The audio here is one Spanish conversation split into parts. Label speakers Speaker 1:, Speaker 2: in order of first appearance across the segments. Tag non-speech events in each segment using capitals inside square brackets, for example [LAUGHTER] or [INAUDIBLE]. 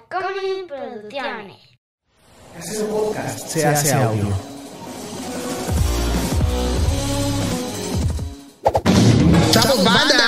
Speaker 1: Tacomin Producciones.
Speaker 2: Se hace audio.
Speaker 3: ¡Chavos, banda!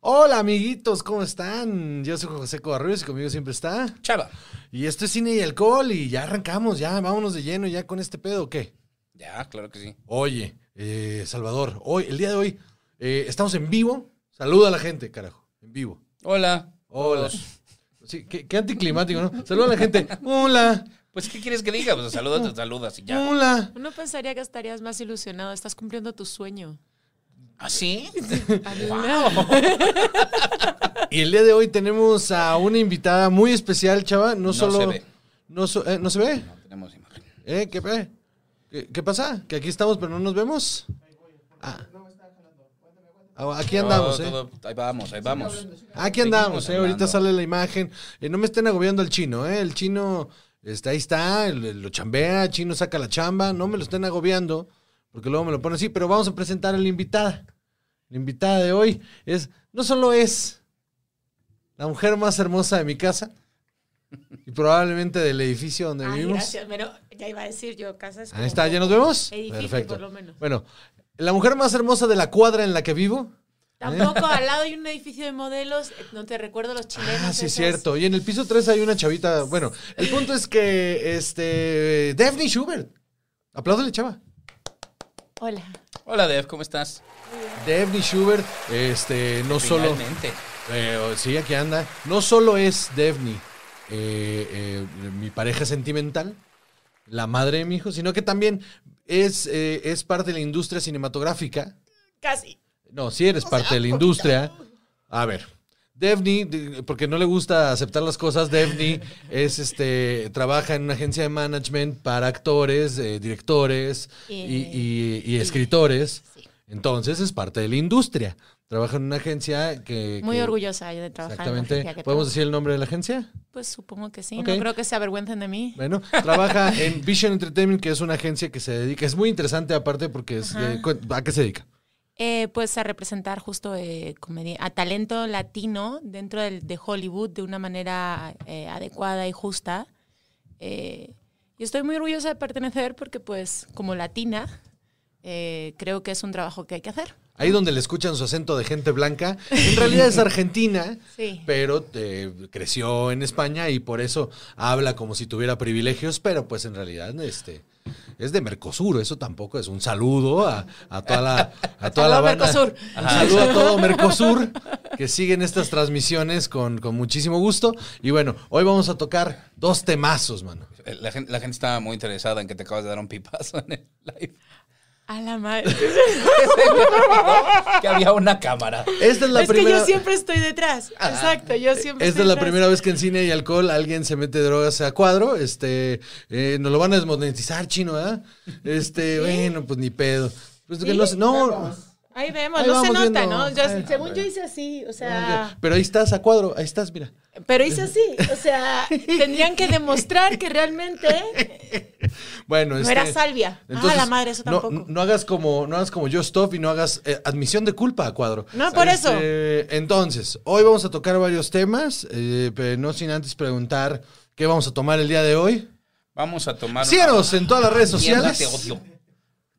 Speaker 2: Hola amiguitos, ¿cómo están? Yo soy José Covarrubias y conmigo siempre está.
Speaker 4: Chava.
Speaker 2: Y esto es Cine y Alcohol y ya arrancamos, ya vámonos de lleno ya con este pedo, ¿o qué?
Speaker 4: Ya, claro que sí.
Speaker 2: Oye, eh, Salvador, hoy, el día de hoy, eh, estamos en vivo. Saluda a la gente, carajo, en vivo.
Speaker 4: Hola.
Speaker 2: Hola. Sí, qué, qué anticlimático, ¿no? Saluda a la gente. Hola,
Speaker 4: Pues, ¿qué quieres que diga? Pues saludas, te saludas y ya.
Speaker 2: hola.
Speaker 5: Uno pensaría que estarías más ilusionado, estás cumpliendo tu sueño.
Speaker 4: ¿Ah, sí?
Speaker 2: Y el día de hoy tenemos a una invitada muy especial, chava. No,
Speaker 4: No
Speaker 2: solo.
Speaker 4: se ve.
Speaker 2: No, so- eh, ¿no se ve.
Speaker 4: No tenemos imagen.
Speaker 2: ¿Eh? ¿Qué, pe- ¿Qué, qué pasa? ¿Que aquí estamos pero no nos vemos? Ah. Ah, Aquí andamos,
Speaker 4: No,
Speaker 2: ¿eh?
Speaker 4: todo- pues, ahí vamos, ahí vamos.
Speaker 2: Aquí andamos,
Speaker 4: Seguimos
Speaker 2: ¿eh? Ahorita
Speaker 4: hablando.
Speaker 2: sale la imagen. Eh, no me estén agobiando al chino, ¿eh? El chino está, ahí está, el- lo chambea, el chino saca la chamba. No me lo estén agobiando, porque luego me lo pone así. Pero vamos a presentar a la invitada. La invitada de hoy es, no solo es la mujer más hermosa de mi casa, y probablemente del edificio donde
Speaker 5: Ay,
Speaker 2: vivimos.
Speaker 5: gracias. Bueno, ya iba a decir yo, casas.
Speaker 2: Ahí Ah, está, Eh. ¿ya nos vemos?
Speaker 5: Edificio, por lo menos.
Speaker 2: Bueno, la mujer más hermosa de la cuadra en la que vivo.
Speaker 5: Tampoco, al lado hay un edificio de modelos, eh, no te recuerdo los chilenos.
Speaker 2: Ah, sí, es
Speaker 5: esos.
Speaker 2: cierto. Y en el piso 3 hay una chavita. Bueno, el punto es que, este, Daphne Schubert. Apláudale, chava.
Speaker 5: Hola.
Speaker 4: Hola, Dev, ¿cómo estás?
Speaker 2: Daphne Schubert, este, no solo...
Speaker 4: Finalmente.
Speaker 2: Eh, sí, aquí anda. No solo es Devni, eh, eh, mi pareja sentimental, la madre de mi hijo, sino que también es, eh, es parte de la industria cinematográfica.
Speaker 5: Casi.
Speaker 2: No, si eres parte de la industria. A ver. Devni, de- porque no le gusta aceptar las cosas, Devni es este trabaja en una agencia de management para actores, eh, directores y, y- y escritores. Entonces es parte de la industria. Trabaja en una agencia que
Speaker 5: Muy
Speaker 2: que-
Speaker 5: orgullosa yo de trabajar en la agencia
Speaker 2: Exactamente. ¿Podemos
Speaker 5: que trabajo.
Speaker 2: decir el nombre de la agencia?
Speaker 5: Pues supongo que sí,
Speaker 2: Ok.
Speaker 5: no creo que se avergüencen de mí.
Speaker 2: Bueno, trabaja
Speaker 5: [LAUGHS]
Speaker 2: en Vision Entertainment, que es una agencia que se dedica. Es muy interesante aparte porque es de- cu- ¿a qué se dedica?
Speaker 5: Eh, pues a representar justo eh, comedi- a talento latino dentro del- de Hollywood de una manera eh, adecuada y justa. Eh, y estoy muy orgullosa de pertenecer porque pues como latina eh, creo que es un trabajo que hay que hacer.
Speaker 2: Ahí donde le escuchan su acento de gente blanca. En realidad
Speaker 5: [LAUGHS]
Speaker 2: es argentina,
Speaker 5: Sí.
Speaker 2: pero eh, creció en España y por eso habla como si tuviera privilegios, pero pues en realidad este, es de Mercosur. Eso tampoco es un saludo a, a toda la, a toda la
Speaker 5: Saludo a
Speaker 2: banda.
Speaker 5: Mercosur.
Speaker 2: Un saludo a todo Mercosur que siguen estas transmisiones con, con muchísimo gusto. Y bueno, hoy vamos a tocar dos temazos, mano.
Speaker 4: Eh, La gente, la gente está muy interesada en que te acabas de dar un pipazo en el live.
Speaker 5: A la madre.
Speaker 4: que había una cámara.
Speaker 2: Esta es la
Speaker 5: es
Speaker 2: primera.
Speaker 5: que yo siempre estoy detrás. Exacto, yo siempre
Speaker 2: Esta
Speaker 5: estoy
Speaker 2: Eh, es la
Speaker 5: detrás.
Speaker 2: primera vez que en cine y alcohol alguien se mete drogas a cuadro. Este, eh, nos lo van a desmonetizar, chino, ¿verdad?
Speaker 5: [LAUGHS]
Speaker 2: Este, bueno, pues ni pedo. Pues que no, sé- no.
Speaker 5: Ahí vemos,
Speaker 2: Ahí
Speaker 5: no se
Speaker 2: vamos
Speaker 5: nota,
Speaker 2: viendo.
Speaker 5: ¿no? Yo-
Speaker 2: Ahí-
Speaker 5: según yo hice así, o sea...
Speaker 2: Pero ahí estás a cuadro, ahí estás,
Speaker 5: [LAUGHS]
Speaker 2: mira.
Speaker 5: Pero hice así,
Speaker 2: [LAUGHS]
Speaker 5: o sea, tendrían que demostrar que realmente
Speaker 2: Bueno,
Speaker 5: No
Speaker 2: este,
Speaker 5: era salvia.
Speaker 2: entonces,
Speaker 5: ah, la madre, eso
Speaker 2: no-
Speaker 5: tampoco.
Speaker 2: No, hagas como, no hagas como yo stop y no hagas eh, admisión de culpa a cuadro. Este,
Speaker 5: No, por eso.
Speaker 2: Entonces, hoy vamos a tocar varios temas, eh, pero no sin antes preguntar qué vamos a tomar el día de hoy.
Speaker 4: Vamos a tomar.
Speaker 2: Síganos en todas las redes
Speaker 4: Mierda,
Speaker 2: sociales.
Speaker 4: te odio.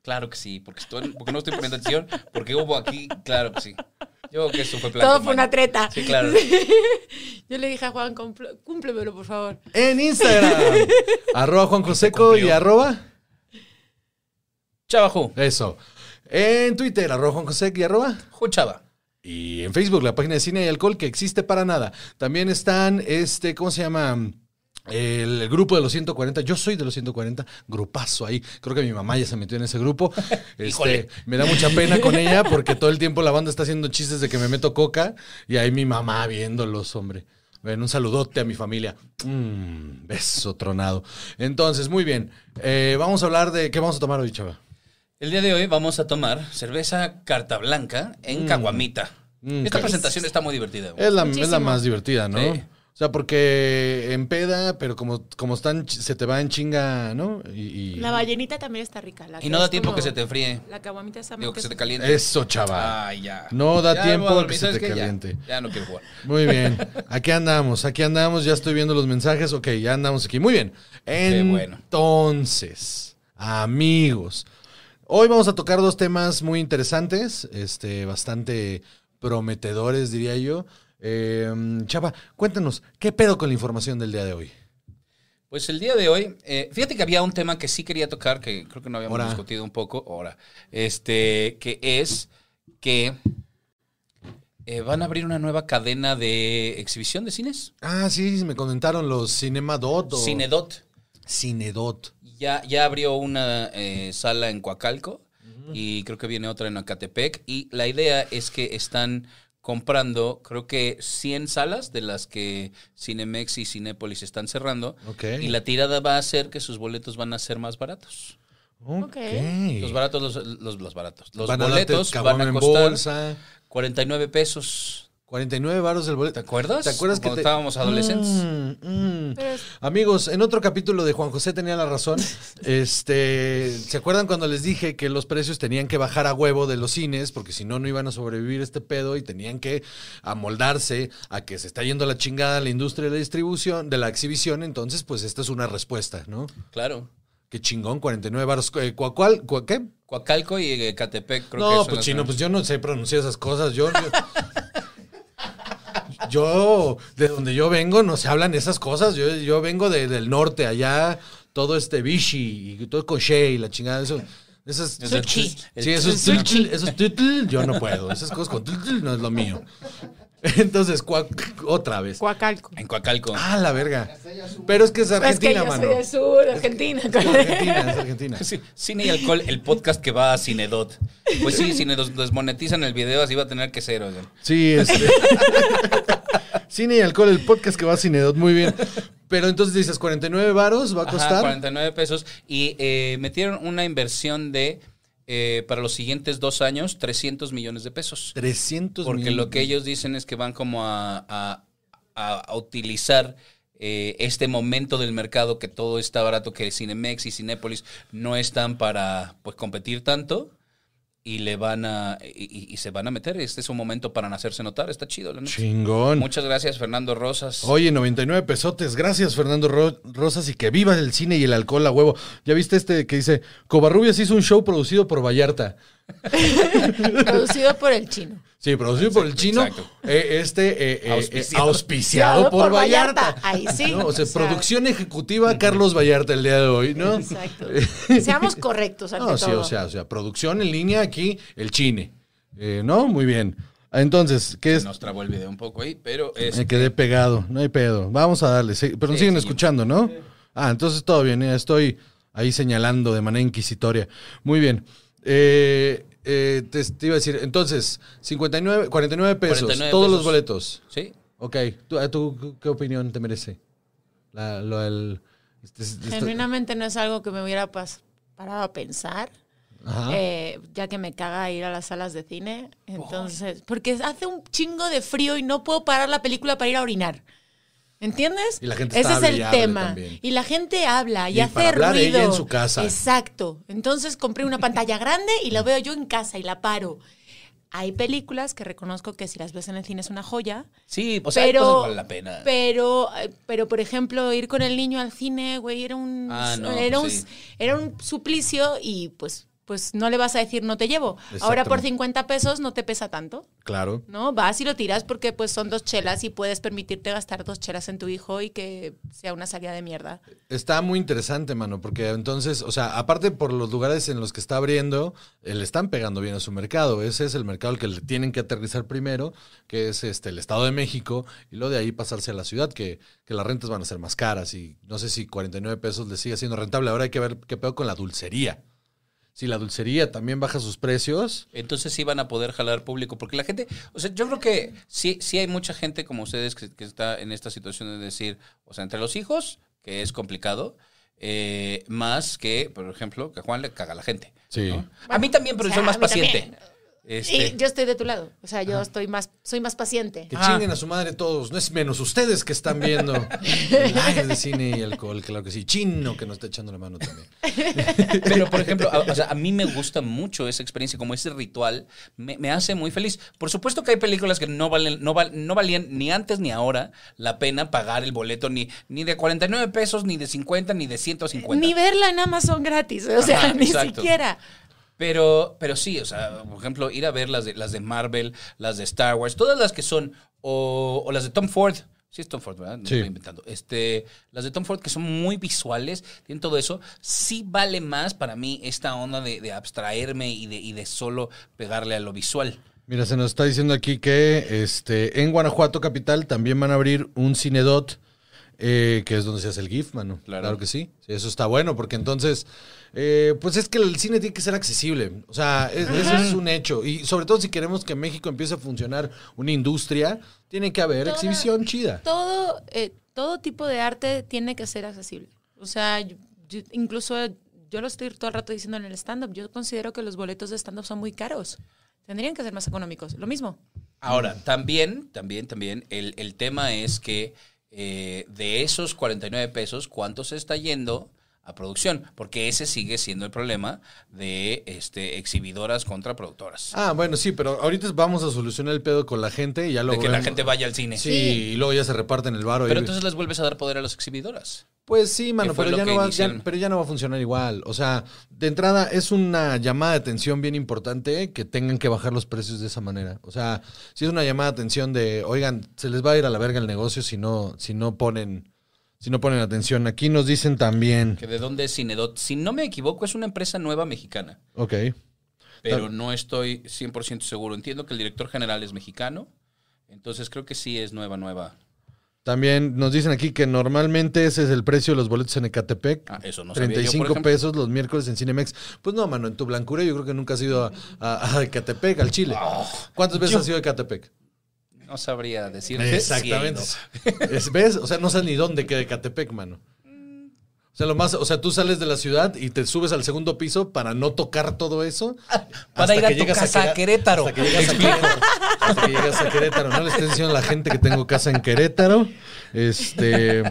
Speaker 4: Claro que sí, porque, estoy, porque no estoy poniendo atención, porque hubo aquí, claro que sí. Yo creo que eso fue plan.
Speaker 5: Todo
Speaker 4: con
Speaker 5: fue una
Speaker 4: Mike.
Speaker 5: treta.
Speaker 4: Sí, claro.
Speaker 5: [LAUGHS] Yo le dije a Juan, "Cumpl- cúmplemelo, por favor.
Speaker 2: En Instagram. [LAUGHS] arroba Juan Joseco y
Speaker 4: Cumplió.
Speaker 2: arroba.
Speaker 4: Chavajú,
Speaker 2: Eso. En Twitter, arroba Juan Joseco y arroba.
Speaker 4: Juchava.
Speaker 2: Y en Facebook, la página de cine y alcohol que existe para nada. También están, este, ¿cómo se llama? El grupo de los 140, yo soy de los 140, grupazo ahí. Creo que mi mamá ya se metió en ese grupo. Este,
Speaker 4: Híjole.
Speaker 2: me da mucha pena con ella porque todo el tiempo la banda está haciendo chistes de que me meto coca y ahí mi mamá viéndolos, hombre. Bueno, un saludote a mi familia. Mm, beso tronado. Entonces, muy bien. Eh, vamos a hablar de qué vamos a tomar hoy, chava.
Speaker 4: El día de hoy vamos a tomar cerveza carta blanca en caguamita.
Speaker 2: Mm,
Speaker 4: Esta
Speaker 2: qué-
Speaker 4: presentación está muy divertida. güey.
Speaker 2: Es la,
Speaker 5: Pues, Muchísimo.
Speaker 2: es la más divertida, ¿no?
Speaker 4: Sí.
Speaker 2: O sea, porque empeda, pero como, como están, ch- se te va en chinga, ¿no? Y, y-
Speaker 5: La ballenita también está rica. la
Speaker 4: Y no da
Speaker 5: es
Speaker 4: tiempo
Speaker 5: como-
Speaker 4: que se te enfríe.
Speaker 5: La caguamita está
Speaker 4: Digo,
Speaker 5: mejor
Speaker 4: que se te
Speaker 5: su-
Speaker 4: caliente.
Speaker 2: Eso, chava.
Speaker 4: Ay, ya.
Speaker 2: No da
Speaker 4: Ya me
Speaker 2: tiempo
Speaker 4: voy a dormir,
Speaker 2: que se
Speaker 4: ¿sabes
Speaker 2: te
Speaker 4: qué? Ya,
Speaker 2: caliente.
Speaker 4: Ya, no quiero jugar.
Speaker 2: Muy bien. Aquí andamos, aquí andamos. Ya estoy viendo los mensajes. Ok, ya andamos aquí. Muy bien.
Speaker 4: bueno.
Speaker 2: Entonces, amigos, hoy vamos a tocar dos temas muy interesantes, este, bastante prometedores, diría yo. Eh, Chava, cuéntanos, ¿qué pedo con la información del día de hoy?
Speaker 4: Pues el día de hoy, eh, fíjate que había un tema que sí quería tocar, que creo que no habíamos
Speaker 2: Ahora.
Speaker 4: discutido un poco ahora, este, que es que eh, van a abrir una nueva cadena de exhibición de cines,
Speaker 2: Ah, sí, me comentaron los Cinemadot. o-
Speaker 4: Cinedot.
Speaker 2: Cinedot.
Speaker 4: Ya, ya abrió una eh, sala en Coacalco y creo que viene otra en Acatepec. Y la idea es que están comprando, creo que 100 salas de las que Cinemex y Cinépolis están cerrando.
Speaker 2: Ok.
Speaker 4: Y la tirada va a ser que sus boletos van a ser más baratos.
Speaker 2: Ok.
Speaker 5: Ok.
Speaker 4: Los baratos, los, los- los baratos. Los
Speaker 2: Van a darte
Speaker 4: boletos
Speaker 2: caguama
Speaker 4: van a
Speaker 2: en
Speaker 4: costar
Speaker 2: bolsa.
Speaker 4: 49 pesos.
Speaker 2: 49 varos el boleto.
Speaker 4: ¿Te acuerdas?
Speaker 2: ¿Te acuerdas que
Speaker 4: Cuando
Speaker 2: te-
Speaker 4: estábamos adolescentes.
Speaker 2: Mm, mm.
Speaker 5: Pero es-
Speaker 2: Amigos, en otro capítulo de Juan José tenía la razón. Este, ¿se acuerdan cuando les dije que los precios tenían que bajar a huevo de los cines porque si no no iban a sobrevivir este pedo y tenían que amoldarse a que se está yendo a la chingada la industria de la distribución, de la exhibición, entonces pues esta es una respuesta, ¿no?
Speaker 4: Claro.
Speaker 2: Qué chingón, 49 baros. Eh, ¿cuál, cuál, cuál- qué?
Speaker 4: Coacalco y eh, Catepec, creo que
Speaker 2: no,
Speaker 4: son
Speaker 2: pues
Speaker 4: las
Speaker 2: chino,
Speaker 4: grandes.
Speaker 2: pues yo no sé pronunciar esas cosas. Yo, [LAUGHS] yo, yo, de donde yo vengo, no se hablan esas cosas. Yo, yo vengo de- del norte, allá, todo este bishi y todo coche y la chingada, eso. Esas,
Speaker 4: Es el
Speaker 5: Sushi.
Speaker 4: tis- el
Speaker 2: Sí, eso es
Speaker 4: tis-
Speaker 2: tl- eso es tl- yo no puedo. Esas cosas con tl- no es lo mío. Entonces, cuac- otra vez.
Speaker 5: Coacalco.
Speaker 4: En Coacalco.
Speaker 2: Ah, la verga. Pero es que es
Speaker 5: Es que
Speaker 2: Argentina,
Speaker 5: yo soy
Speaker 2: mano.
Speaker 5: del sur, Argentina.
Speaker 2: Argentina, es Argentina.
Speaker 4: [LAUGHS] Sí, cine y alcohol, el podcast que va a Cinedot. Pues sí, si nos desmonetizan el video, así va a tener que ser, oigan.
Speaker 2: Sí,
Speaker 4: [LAUGHS]
Speaker 2: este. Cine y alcohol, el podcast que va a Cinedot, muy bien. Pero entonces dices, 49 varos va a
Speaker 4: Ajá,
Speaker 2: costar.
Speaker 4: 49 pesos. Y eh, metieron una inversión de, eh, para los siguientes dos años, 300 millones de pesos.
Speaker 2: 300
Speaker 4: Porque
Speaker 2: mil.
Speaker 4: lo que ellos dicen es que van como a, a- a- a utilizar eh, este momento del mercado que todo está barato, que Cinemex y Cinépolis no están para pues competir tanto. Y le van a. Y, y- y se van a meter. Este es un momento para hacerse notar. Está chido, la neta.
Speaker 2: Chingón.
Speaker 4: Muchas gracias, Fernando Rosas.
Speaker 2: Oye, 99 pesotes. Gracias, Fernando Ro- Rosas, y que viva el cine y el alcohol a huevo. ¿Ya viste este que dice, Covarrubias hizo un show producido por Vallarta?
Speaker 5: [LAUGHS] Producido por el chino.
Speaker 2: Sí, producido por el chino.
Speaker 4: Exacto.
Speaker 2: eh, este, eh, eh, eh,
Speaker 4: Auspiciado.
Speaker 2: auspiciado, por,
Speaker 5: por
Speaker 2: Vallarta.
Speaker 5: Vallarta. Ahí sí.
Speaker 2: ¿No? O sea,
Speaker 5: O sea-
Speaker 2: producción ejecutiva Carlos Vallarta el día de hoy, ¿no?
Speaker 5: Exacto. Seamos correctos ante
Speaker 2: No, sí,
Speaker 5: todo.
Speaker 2: o sea, o sea, producción en línea aquí, el cine. Eh, ¿No? Muy bien. Ah, Entonces, ¿qué es?
Speaker 4: Nos trabó el video un poco ahí, pero es.
Speaker 2: Me quedé pegado, no hay pedo. Vamos a darle, sí, pero nos
Speaker 4: Sí,
Speaker 2: siguen
Speaker 4: sí.
Speaker 2: escuchando, ¿no? Ah, entonces todo bien, ya estoy ahí señalando de manera inquisitoria. Muy bien. Eh, eh, te, te iba a decir, entonces, 59, 49 pesos,
Speaker 4: 49
Speaker 2: todos los
Speaker 4: pesos.
Speaker 2: boletos.
Speaker 4: Sí.
Speaker 2: Ok, ¿Tú, a tú qué opinión te merece? La- lo del- este- este-
Speaker 5: Genuinamente no es algo que me hubiera pas- parado a pensar.
Speaker 2: Ajá.
Speaker 5: eh, ya que me caga ir a las salas de cine. Entonces, porque hace un chingo de frío y no puedo parar la película para ir a orinar. ¿Entiendes?
Speaker 2: Y la gente
Speaker 5: Ese
Speaker 2: está
Speaker 5: es el
Speaker 2: hable y hable
Speaker 5: tema.
Speaker 2: también.
Speaker 5: Y la gente habla y,
Speaker 2: Y
Speaker 5: hace
Speaker 2: para hablar
Speaker 5: ruido.
Speaker 2: ella en su casa.
Speaker 5: Exacto. Entonces compré una pantalla grande y la veo yo en casa y la paro. Hay películas que reconozco que si las ves en el cine es una joya,
Speaker 4: Sí, o sea, hay cosas que valen la pena.
Speaker 5: pero, eh, pero por ejemplo, ir con el niño al cine, güey, era un,
Speaker 4: Ah, no,
Speaker 5: era, un
Speaker 4: sí.
Speaker 5: era un suplicio y pues, pues no le vas a decir no te llevo. Ahora por
Speaker 2: Exactamente.
Speaker 5: 50 pesos no te pesa tanto,
Speaker 2: Claro.
Speaker 5: ¿no? Vas y lo tiras porque pues son dos chelas y puedes permitirte gastar dos chelas en tu hijo y que sea una salida de mierda.
Speaker 2: Está muy interesante, mano, porque entonces, o sea, aparte por los lugares en los que está abriendo, eh, le están pegando bien a su mercado. Ese es el mercado al que le tienen que aterrizar primero, que es este el Estado de México, y luego de ahí pasarse a la ciudad, que, que las rentas van a ser más caras. Y no sé si 49 pesos le sigue siendo rentable. Ahora hay que ver qué peor con la dulcería. si la dulcería también baja sus precios,
Speaker 4: Entonces sí van a poder jalar público, porque la gente, o sea, yo creo que sí, sí hay mucha gente como ustedes que, que está en esta situación de decir, o sea, entre los hijos, que es complicado, eh, más que, por ejemplo, que a Juan le caga la gente.
Speaker 2: Sí.
Speaker 4: ¿no? a mí también, pero
Speaker 5: o sea,
Speaker 4: soy más
Speaker 5: a mí también.
Speaker 4: paciente. Este,
Speaker 5: Y yo estoy de tu lado. O sea, yo estoy más, soy más paciente.
Speaker 2: que
Speaker 4: Ah.
Speaker 2: chinguen a su madre todos, no es menos ustedes que están viendo live de cine y alcohol, claro que sí, chino que nos está echando la mano también.
Speaker 4: Pero, por ejemplo, a, o sea, a mí me gusta mucho esa experiencia, como ese ritual, me, me hace muy feliz. Por supuesto que hay películas que no, valen, no, val- no valían ni antes ni ahora la pena pagar el boleto, ni, ni de 49 pesos, ni de 50, ni de 150.
Speaker 5: Ni verla en Amazon gratis. O sea,
Speaker 4: Ajá,
Speaker 5: [LAUGHS] ni
Speaker 4: exacto.
Speaker 5: siquiera.
Speaker 4: Pero, pero sí, o sea, por ejemplo, ir a ver las de, las de Marvel, las de Star Wars, todas las que son, o, o las de Tom Ford. Sí, es Tom Ford, ¿verdad? No
Speaker 2: Sí.
Speaker 4: estoy inventando. Este, las de Tom Ford, que son muy visuales, tienen todo eso. Sí vale más para mí esta onda de, de abstraerme y de, y de solo pegarle a lo visual.
Speaker 2: Mira, se nos está diciendo aquí que este, en Guanajuato Capital también van a abrir un Cinedot, eh, que es donde se hace el GIF, mano. Claro,
Speaker 4: Claro.
Speaker 2: que sí. Sí, Eso está bueno, porque entonces, eh, pues es que el cine tiene que ser accesible. O sea, es- eso es un hecho. Y sobre todo si queremos que en México empiece a funcionar una industria, tiene que haber
Speaker 5: Toda-
Speaker 2: exhibición chida.
Speaker 5: Todo, eh, todo tipo de arte tiene que ser accesible. O sea, yo- yo- incluso yo lo estoy todo el rato diciendo en el stand-up. Yo considero que los boletos de stand-up son muy caros. Tendrían que ser más económicos. Lo mismo.
Speaker 4: Ahora, también, también, también, el, el tema es que eh, de esos 49 pesos, ¿cuánto se está yendo a producción? Porque ese sigue siendo el problema de este, exhibidoras contra productoras.
Speaker 2: Ah, bueno, sí, pero ahorita vamos a solucionar el pedo con la gente y ya lo
Speaker 4: de que la gente vaya al cine.
Speaker 2: Sí, y luego ya se reparten el varo.
Speaker 4: Pero
Speaker 2: ahí.
Speaker 4: entonces les vuelves a dar poder a las exhibidoras.
Speaker 2: Pues sí, mano,
Speaker 4: Que fue
Speaker 2: pero
Speaker 4: lo
Speaker 2: ya,
Speaker 4: que
Speaker 2: no va, ya-
Speaker 4: iniciaron.
Speaker 2: pero ya no va a funcionar igual. O sea, de entrada es una llamada de atención bien importante que tengan que bajar los precios de esa manera. O sea, si es una llamada de atención de, oigan, se les va a ir a la verga el negocio si no, si no ponen, si no ponen atención. Aquí nos dicen también,
Speaker 4: Que de dónde es Cinedot. Si no me equivoco, es una empresa nueva mexicana.
Speaker 2: ok,
Speaker 4: Pero
Speaker 2: Claro.
Speaker 4: no estoy 100% seguro. Entiendo que el director general es mexicano. Entonces creo que sí es nueva, nueva.
Speaker 2: también nos dicen aquí que normalmente ese es el precio de los boletos en Ecatepec.
Speaker 4: Ah, eso no sabía yo, por
Speaker 2: 35
Speaker 4: ejemplo.
Speaker 2: pesos los miércoles en Cinemex. Pues no, mano, en tu blancura yo creo que nunca has ido a, a- a Ecatepec, al Chile.
Speaker 4: Ah,
Speaker 2: ¿Cuántas veces has ido a Ecatepec?
Speaker 4: No sabría decir.
Speaker 2: Exactamente. Es- ¿Ves? O sea, no sabes ni dónde queda Ecatepec, mano. O sea, lo más, o sea, tú sales de la ciudad y te subes al segundo piso para no tocar todo eso.
Speaker 4: [LAUGHS] Para
Speaker 2: hasta
Speaker 4: ir a
Speaker 2: que
Speaker 4: tu
Speaker 2: llegas
Speaker 4: casa a Querétaro.
Speaker 2: Hasta que llegas a Querétaro. Hasta que llegas a Querétaro. No le estoy diciendo a la gente que tengo casa en Querétaro. Este.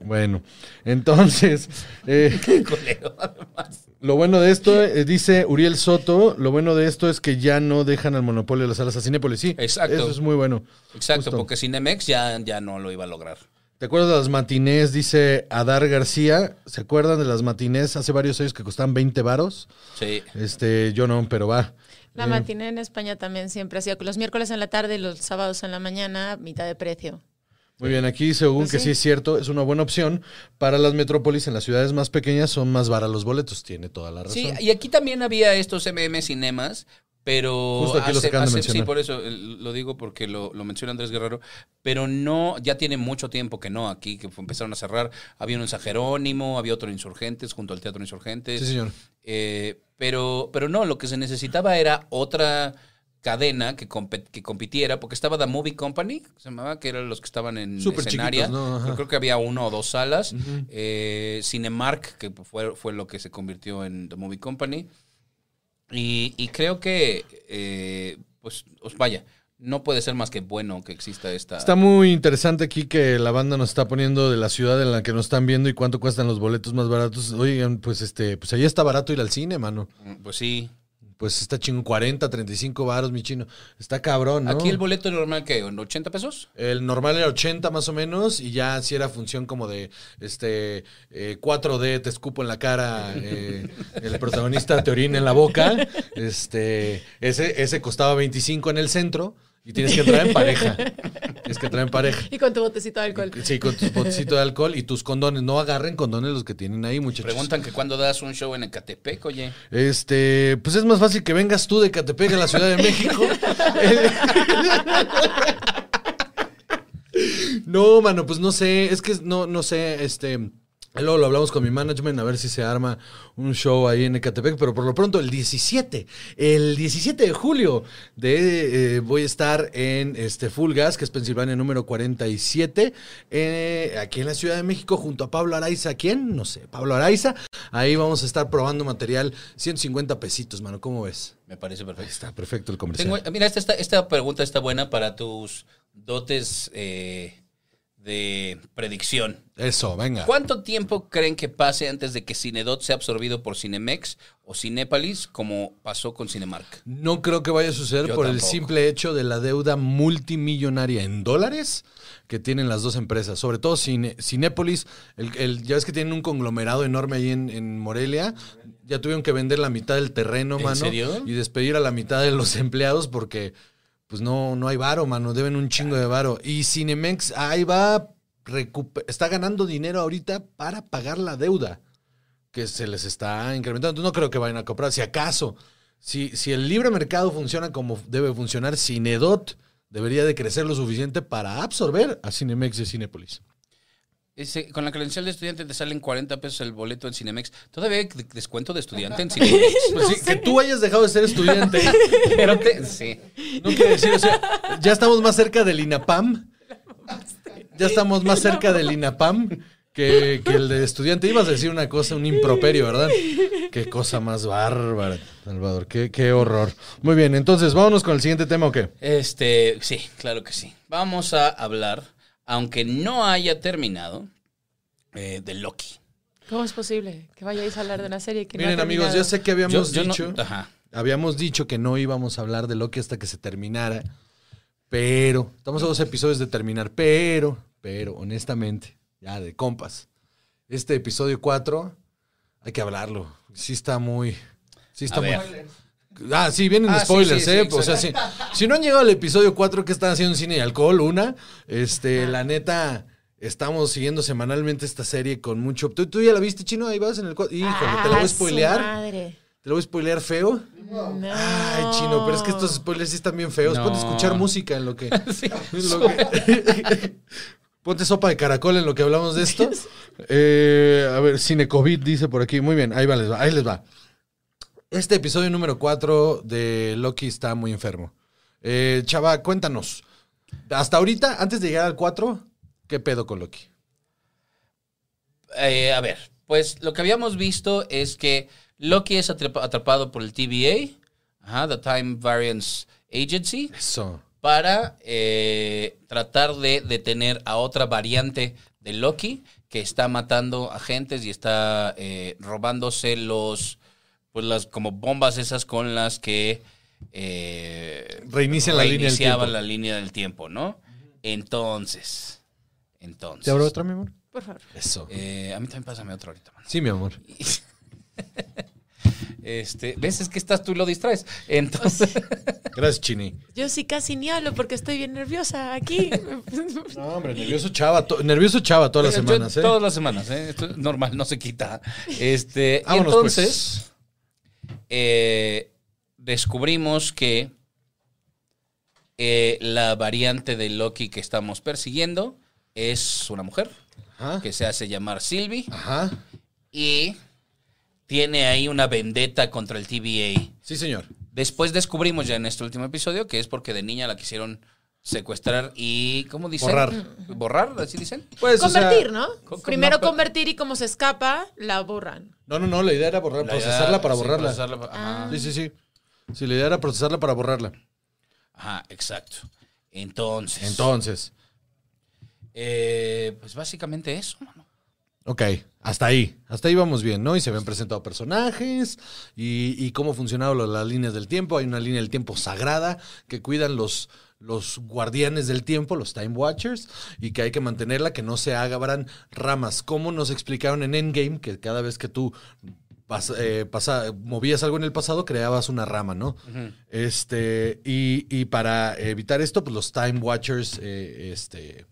Speaker 2: Bueno, entonces. eh,
Speaker 4: Culero, además.
Speaker 2: lo bueno de esto, eh, dice Uriel Soto, lo bueno de esto es que ya no dejan al monopolio de las salas a Cinépolis. Sí,
Speaker 4: Exacto.
Speaker 2: eso es muy bueno.
Speaker 4: [LAUGHS] Exacto,
Speaker 2: Justo.
Speaker 4: porque Cinemex ya, ya no lo iba a lograr.
Speaker 2: ¿Te acuerdas de las matinés? Dice Adar García. ¿Se acuerdan de las matinés? Hace varios años que costaban 20 varos.
Speaker 4: Sí.
Speaker 2: Este, yo no, pero va.
Speaker 5: La
Speaker 2: Eh,
Speaker 5: matiné en España también siempre ha sido los miércoles en la tarde y los sábados en la mañana, mitad de precio. [LAUGHS]
Speaker 2: Muy bien, aquí según
Speaker 5: Pues
Speaker 2: que
Speaker 5: sí.
Speaker 2: sí es cierto, es una buena opción. Para las metrópolis en las ciudades más pequeñas son más baratos los boletos. Tiene toda la razón.
Speaker 4: Sí, y aquí también había estos MM cinemas, pero
Speaker 2: Justo aquí los acaban de
Speaker 4: sí,
Speaker 2: mencionar.
Speaker 4: por eso eh, lo digo porque lo, lo menciona Andrés Guerrero, pero no, ya tiene mucho tiempo que no aquí, que fue- empezaron a cerrar. Había uno en San Jerónimo, había otro en Insurgentes, junto al Teatro Insurgentes.
Speaker 2: Sí, señor.
Speaker 4: Eh, pero, pero no, lo que se necesitaba era otra cadena que, compe- que compitiera, porque estaba The Movie Company, que se llamaba, que eran los que estaban en
Speaker 2: Súper
Speaker 4: escenaria.
Speaker 2: chiquitos, ¿no? Ajá.
Speaker 4: Yo creo que había uno o dos salas. Eh, Cinemark, que fue, fue lo que se convirtió en The Movie Company. Y, y creo que, eh, pues, os vaya, no puede ser más que bueno que exista esta...
Speaker 2: Está muy interesante aquí que la banda nos está poniendo de la ciudad en la que nos están viendo y cuánto cuestan los boletos más baratos. Oigan, pues este, pues ahí está barato ir al cine, mano.
Speaker 4: Pues sí.
Speaker 2: Pues está chingón, 40, 35 varos, mi chino. Está cabrón, ¿no?
Speaker 4: Aquí el boleto normal, que ¿80 pesos?
Speaker 2: El normal era 80 más o menos y ya si era función como de este eh, 4D, te escupo en la cara, eh, el protagonista te orina en la boca. Este, ese, ese costaba 25 en el centro y tienes que entrar en pareja. Tienes que entrar en pareja.
Speaker 5: Y con tu botecito de alcohol.
Speaker 2: Sí, con tu botecito de alcohol y tus condones. No agarren condones los que tienen ahí, muchachos.
Speaker 4: Preguntan que cuando das un show en Ecatepec, oye.
Speaker 2: Este, pues es más fácil que vengas tú de Catepec a la Ciudad de México. [LAUGHS] no, mano, pues no sé, es que no, no sé, este. Luego lo hablamos con mi management a ver si se arma un show ahí en Ecatepec, pero por lo pronto el 17, el 17 de julio de, eh, voy a estar en este Full Gas, que es Pensilvania número 47, eh, aquí en la Ciudad de México junto a Pablo Araiza. ¿Quién? No sé, Pablo Araiza. Ahí vamos a estar probando material, 150 pesitos, mano, ¿cómo ves?
Speaker 4: Me parece
Speaker 2: Ahí
Speaker 4: perfecto.
Speaker 2: está, perfecto el comercial.
Speaker 4: Tengo- mira, esta, esta, esta pregunta está buena para tus dotes eh, de predicción.
Speaker 2: Eso, venga.
Speaker 4: ¿Cuánto tiempo creen que pase antes de que Cinedot sea absorbido por Cinemex o Cinépalis, como pasó con Cinemark?
Speaker 2: No creo que vaya a suceder
Speaker 4: Yo
Speaker 2: por el
Speaker 4: tampoco.
Speaker 2: simple hecho de la deuda multimillonaria en dólares que tienen las dos empresas, sobre todo Cine- Cinépolis. el- el- ya ves que tienen un conglomerado enorme ahí en, en Morelia. Ya tuvieron que vender la mitad del terreno,
Speaker 4: ¿En
Speaker 2: mano,
Speaker 4: serio?
Speaker 2: y despedir a la mitad de los empleados porque pues no, no hay varo, mano. Deben un chingo de varo. Y Cinemex ahí va, recupe- está ganando dinero ahorita para pagar la deuda que se les está incrementando. Entonces, no creo que vayan a comprar. Si acaso, si, si el libre mercado funciona como debe funcionar, Cinedot debería de crecer lo suficiente para absorber a Cinemex y Cinépolis.
Speaker 4: Dice, con la credencial de estudiante te salen 40 pesos el boleto en Cinemex. ¿Todavía hay d- descuento de estudiante [LAUGHS] en Cinemex?
Speaker 2: Pues sí, que tú hayas dejado de ser
Speaker 5: [LAUGHS]
Speaker 2: estudiante
Speaker 4: Pero te- sí.
Speaker 2: no quiere decir, o sea, ya estamos más cerca del INAPAM. Ya estamos más cerca del INAPAM que, que el de estudiante. Ibas a decir una cosa, un improperio, ¿verdad? Qué cosa más bárbara, Salvador. Qué, qué horror. Muy bien, entonces, vámonos con el siguiente tema o qué.
Speaker 4: Este, sí, claro que sí. Vamos a hablar, aunque no haya terminado, eh, de Loki.
Speaker 5: ¿Cómo es posible que vayáis a hablar de una serie que
Speaker 2: Miren,
Speaker 5: no ha
Speaker 2: amigos,
Speaker 5: terminado?
Speaker 2: yo sé que habíamos
Speaker 4: Yo- yo no-
Speaker 2: dicho.
Speaker 4: ajá.
Speaker 2: Habíamos dicho que no íbamos a hablar de Loki hasta que se terminara. Pero, estamos a dos episodios de terminar. Pero, pero, honestamente, ya de compas. Este episodio 4, hay que hablarlo. Sí está muy. Sí está
Speaker 4: A
Speaker 2: muy.
Speaker 4: ver.
Speaker 2: Ah, sí, vienen
Speaker 4: Ah, sí,
Speaker 2: spoilers,
Speaker 4: sí, sí,
Speaker 2: ¿eh? o sea, sí. Si no han llegado al episodio 4 que están haciendo cine y alcohol, una,
Speaker 4: Ah.
Speaker 2: este, la neta, estamos siguiendo semanalmente esta serie con mucho. ¿Tú, tú ya la viste, chino? Ahí vas en el 4. Híjole, te la voy
Speaker 5: Ah,
Speaker 2: a
Speaker 5: su
Speaker 2: spoilear.
Speaker 5: madre.
Speaker 2: Te lo voy a spoilear feo.
Speaker 5: No.
Speaker 2: Ay, chino, pero es que estos spoilers sí están bien feos.
Speaker 4: No.
Speaker 2: Ponte a escuchar música en lo
Speaker 4: [LAUGHS]
Speaker 2: que. [LAUGHS] en lo que- [LAUGHS] Ponte sopa de caracol en lo que hablamos de
Speaker 4: [LAUGHS]
Speaker 2: esto. Eh, a ver, Cine COVID dice por aquí. Muy bien, ahí va, les va. Ahí les va. Este episodio número 4 de Loki está muy enfermo. Eh, Chava, cuéntanos. Hasta ahorita, antes de llegar al 4, ¿qué pedo con Loki?
Speaker 4: Eh, a ver, pues lo que habíamos visto es que Loki es atrapa- atrapado por el TVA, ajá, The Time Variance Agency,
Speaker 2: Eso.
Speaker 4: para eh, tratar de detener a otra variante de Loki que está matando agentes y está eh, robándose los, pues las como bombas esas con las que eh,
Speaker 2: Reinician la línea del
Speaker 4: reiniciaban
Speaker 2: tiempo.
Speaker 4: la línea del tiempo, ¿no? Entonces, entonces.
Speaker 2: ¿Te abro otra, mi amor?
Speaker 5: Por favor.
Speaker 2: Eso.
Speaker 4: Eh, a mí también pásame otro ahorita, man.
Speaker 2: Sí, mi amor.
Speaker 4: Este, ves, es que estás tú y lo distraes. Entonces,
Speaker 2: Gracias, Chini.
Speaker 5: Yo sí casi ni hablo porque estoy bien
Speaker 2: [LAUGHS]
Speaker 5: nerviosa aquí.
Speaker 2: No, hombre, nervioso chava, to- nervioso chava [LAUGHS] todas las
Speaker 4: Yo-
Speaker 2: semanas, ¿eh?
Speaker 4: Todas las semanas, ¿eh? Esto es normal, no se quita. Este,
Speaker 2: Vámonos, pues.
Speaker 4: entonces, eh, descubrimos que eh, la variante de Loki que estamos persiguiendo es una mujer
Speaker 2: Ajá.
Speaker 4: que se hace llamar Sylvie
Speaker 2: Ajá.
Speaker 4: y tiene ahí una vendetta contra el TVA.
Speaker 2: Sí, señor.
Speaker 4: Después descubrimos ya en este último episodio que es porque de niña la quisieron secuestrar y, ¿cómo dicen?
Speaker 2: Borrar.
Speaker 4: Borrar, así dicen.
Speaker 2: Pues, o sea,
Speaker 5: convertir, ¿no?
Speaker 4: co- co-
Speaker 5: Primero
Speaker 4: no, pero-
Speaker 5: convertir y como se escapa, la borran.
Speaker 2: no, no, no, la idea era borrar,
Speaker 4: La
Speaker 2: procesarla
Speaker 4: idea-
Speaker 2: para
Speaker 4: sí,
Speaker 2: borrarla.
Speaker 4: procesarla pa- ajá.
Speaker 2: Sí, sí, sí. Sí, la idea era procesarla para borrarla.
Speaker 4: Ajá, exacto. Entonces,
Speaker 2: Entonces,
Speaker 4: eh, pues básicamente eso, mano.
Speaker 2: ok, hasta ahí. Hasta ahí vamos bien, ¿no? Y se habían presentado personajes y, y cómo funcionaban lo- las líneas del tiempo. Hay una línea del tiempo sagrada que cuidan los, los guardianes del tiempo, los Time Watchers, y que hay que mantenerla, que no se abran ramas. Como nos explicaron en Endgame, que cada vez que tú pas- eh, pasa- movías algo en el pasado, creabas una rama, ¿no? Este, y, y para evitar esto, pues los Time Watchers eh, este,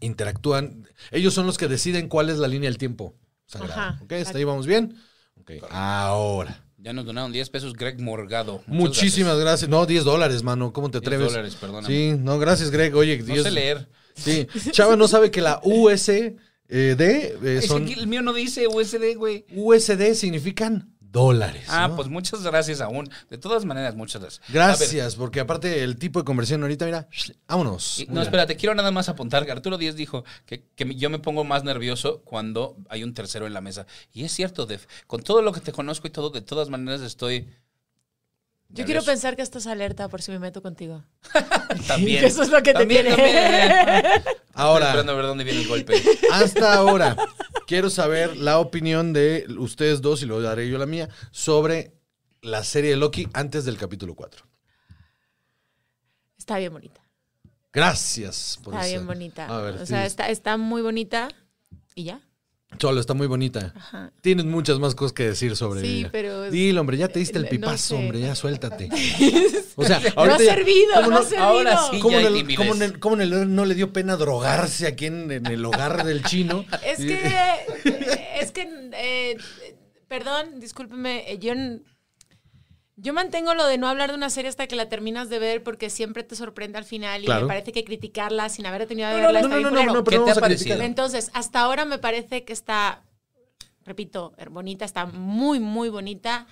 Speaker 2: interactúan. Ellos son los que deciden cuál es la línea del tiempo. sagrada.
Speaker 5: Ajá,
Speaker 2: ok, hasta ahí vamos bien. Ok, Ah, Ahora.
Speaker 4: Ya nos donaron 10 pesos Greg Morgado. Muchas
Speaker 2: Muchísimas gracias. No, 10 dólares, mano. ¿Cómo te
Speaker 4: 10
Speaker 2: atreves?
Speaker 4: dólares, perdóname.
Speaker 2: Sí, no, gracias, Greg. Oye,
Speaker 4: gracias. No
Speaker 2: 10
Speaker 4: sé leer.
Speaker 2: Sí, Chava no sabe que la US eh, de eh,
Speaker 4: Es que
Speaker 2: son
Speaker 4: aquí el mío no dice USD, güey.
Speaker 2: USD significan dólares.
Speaker 4: Ah,
Speaker 2: ¿no?
Speaker 4: pues muchas gracias aún. De todas maneras, muchas gracias. A ver,
Speaker 2: Gracias, porque aparte el tipo de conversión ahorita, mira, vámonos.
Speaker 4: y-
Speaker 2: Mira.
Speaker 4: no, espérate, quiero nada más apuntar que Arturo Díaz dijo que, que yo me pongo más nervioso cuando hay un tercero en la mesa. Y es cierto, Def. Con todo lo que te conozco y todo, de todas
Speaker 2: [LAUGHS]
Speaker 4: maneras estoy.
Speaker 5: Yo quiero
Speaker 4: nervioso.
Speaker 5: pensar que estás alerta por si me meto contigo. [LAUGHS]
Speaker 4: También.
Speaker 5: que eso es lo que te
Speaker 4: También,
Speaker 5: tiene.
Speaker 4: también. Estoy
Speaker 2: Ahora,
Speaker 4: esperando a ver dónde viene el [LAUGHS] golpe.
Speaker 2: hasta ahora, quiero saber la opinión de ustedes dos, y luego daré yo la mía, sobre la serie de Loki antes del capítulo 4.
Speaker 5: [LAUGHS] Está bien bonita.
Speaker 2: Gracias por
Speaker 5: Está
Speaker 2: esa-
Speaker 5: bien bonita.
Speaker 2: A ver,
Speaker 5: o sea,
Speaker 2: tienes-
Speaker 5: está, está muy bonita y ya.
Speaker 2: Cholo, está muy bonita.
Speaker 5: Ajá.
Speaker 2: Tienes muchas más cosas que decir sobre
Speaker 5: Sí,
Speaker 2: ella.
Speaker 5: pero es-
Speaker 2: Dilo, hombre, ya te diste el
Speaker 5: No
Speaker 2: pipazo,
Speaker 5: sé.
Speaker 2: hombre, ya
Speaker 5: [LAUGHS]
Speaker 2: suéltate. O [LAUGHS] sea, ahorita
Speaker 5: no ha
Speaker 2: ya-
Speaker 5: servido,
Speaker 2: ¿cómo
Speaker 5: no ha
Speaker 2: no?
Speaker 5: servido.
Speaker 4: Ahora sí.
Speaker 2: ¿Cómo,
Speaker 4: ya hay
Speaker 2: en el-
Speaker 4: timidez.
Speaker 2: cómo en el- cómo en el- no le dio pena drogarse aquí en, en el hogar del chino?
Speaker 5: [LAUGHS] Es
Speaker 2: Y-
Speaker 5: que, es que, eh, perdón, discúlpeme, eh, yo, n- yo mantengo lo de no hablar de una serie hasta que la terminas de ver porque siempre te sorprende al final y
Speaker 2: Claro.
Speaker 5: me parece que criticarla sin haber tenido a
Speaker 2: No, no,
Speaker 5: verla
Speaker 2: no,
Speaker 5: está
Speaker 2: no,
Speaker 5: bien
Speaker 2: no, no,
Speaker 5: culero.
Speaker 2: no,
Speaker 4: ¿Qué
Speaker 2: pero no
Speaker 4: te
Speaker 2: vamos
Speaker 4: ha
Speaker 2: a criticar.
Speaker 4: parecido?
Speaker 5: Entonces, hasta ahora me parece que está, repito, er- bonita, está muy, muy bonita.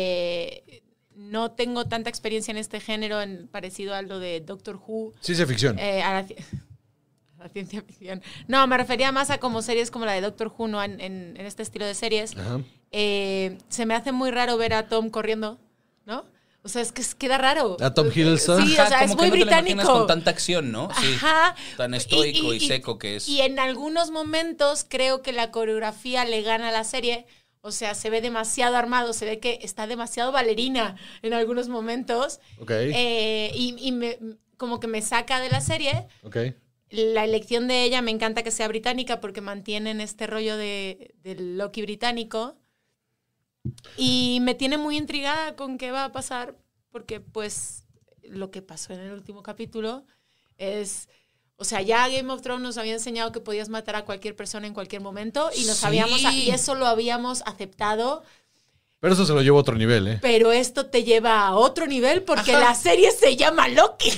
Speaker 5: Eh, no tengo tanta experiencia en este género, en- parecido a lo de Doctor Who.
Speaker 2: Ciencia ficción.
Speaker 5: Eh, a la, ci- [LAUGHS] a la ciencia ficción. No, me refería más a como series como la de Doctor Who, ¿no? en, en- en este estilo de series.
Speaker 4: Ah.
Speaker 2: Ajá.
Speaker 5: Eh, se me hace muy raro ver a Tom corriendo, ¿no? O sea, es que es- queda raro.
Speaker 4: Ah,
Speaker 2: ¿A Tom Hiddleston?
Speaker 5: eh, Sí,
Speaker 4: Ajá,
Speaker 5: o sea,
Speaker 4: como
Speaker 5: es
Speaker 4: que no
Speaker 5: muy
Speaker 4: te lo imaginas
Speaker 5: británico.
Speaker 4: con tanta acción, ¿no? Sí.
Speaker 5: Ajá.
Speaker 4: Tan estoico y, seco que es.
Speaker 5: Y en algunos momentos creo que la coreografía le gana a la serie. O sea, se ve demasiado armado, se ve que está demasiado bailarina en algunos momentos.
Speaker 2: Ok,
Speaker 5: Eh, y y me- como que me saca de la serie.
Speaker 2: ok.
Speaker 5: La elección de ella me encanta que sea británica porque mantienen este rollo de, del Loki británico. Y me tiene muy intrigada con qué va a pasar, porque pues lo que pasó en el último capítulo es... O sea, ya Game of Thrones nos había enseñado que podías matar a cualquier persona en cualquier momento y nos
Speaker 4: Sí.
Speaker 5: habíamos y eso lo habíamos aceptado,
Speaker 2: Pero eso se lo llevo a otro nivel, ¿eh?
Speaker 5: pero esto te lleva a otro nivel porque
Speaker 4: Ajá.
Speaker 5: la serie se llama Loki.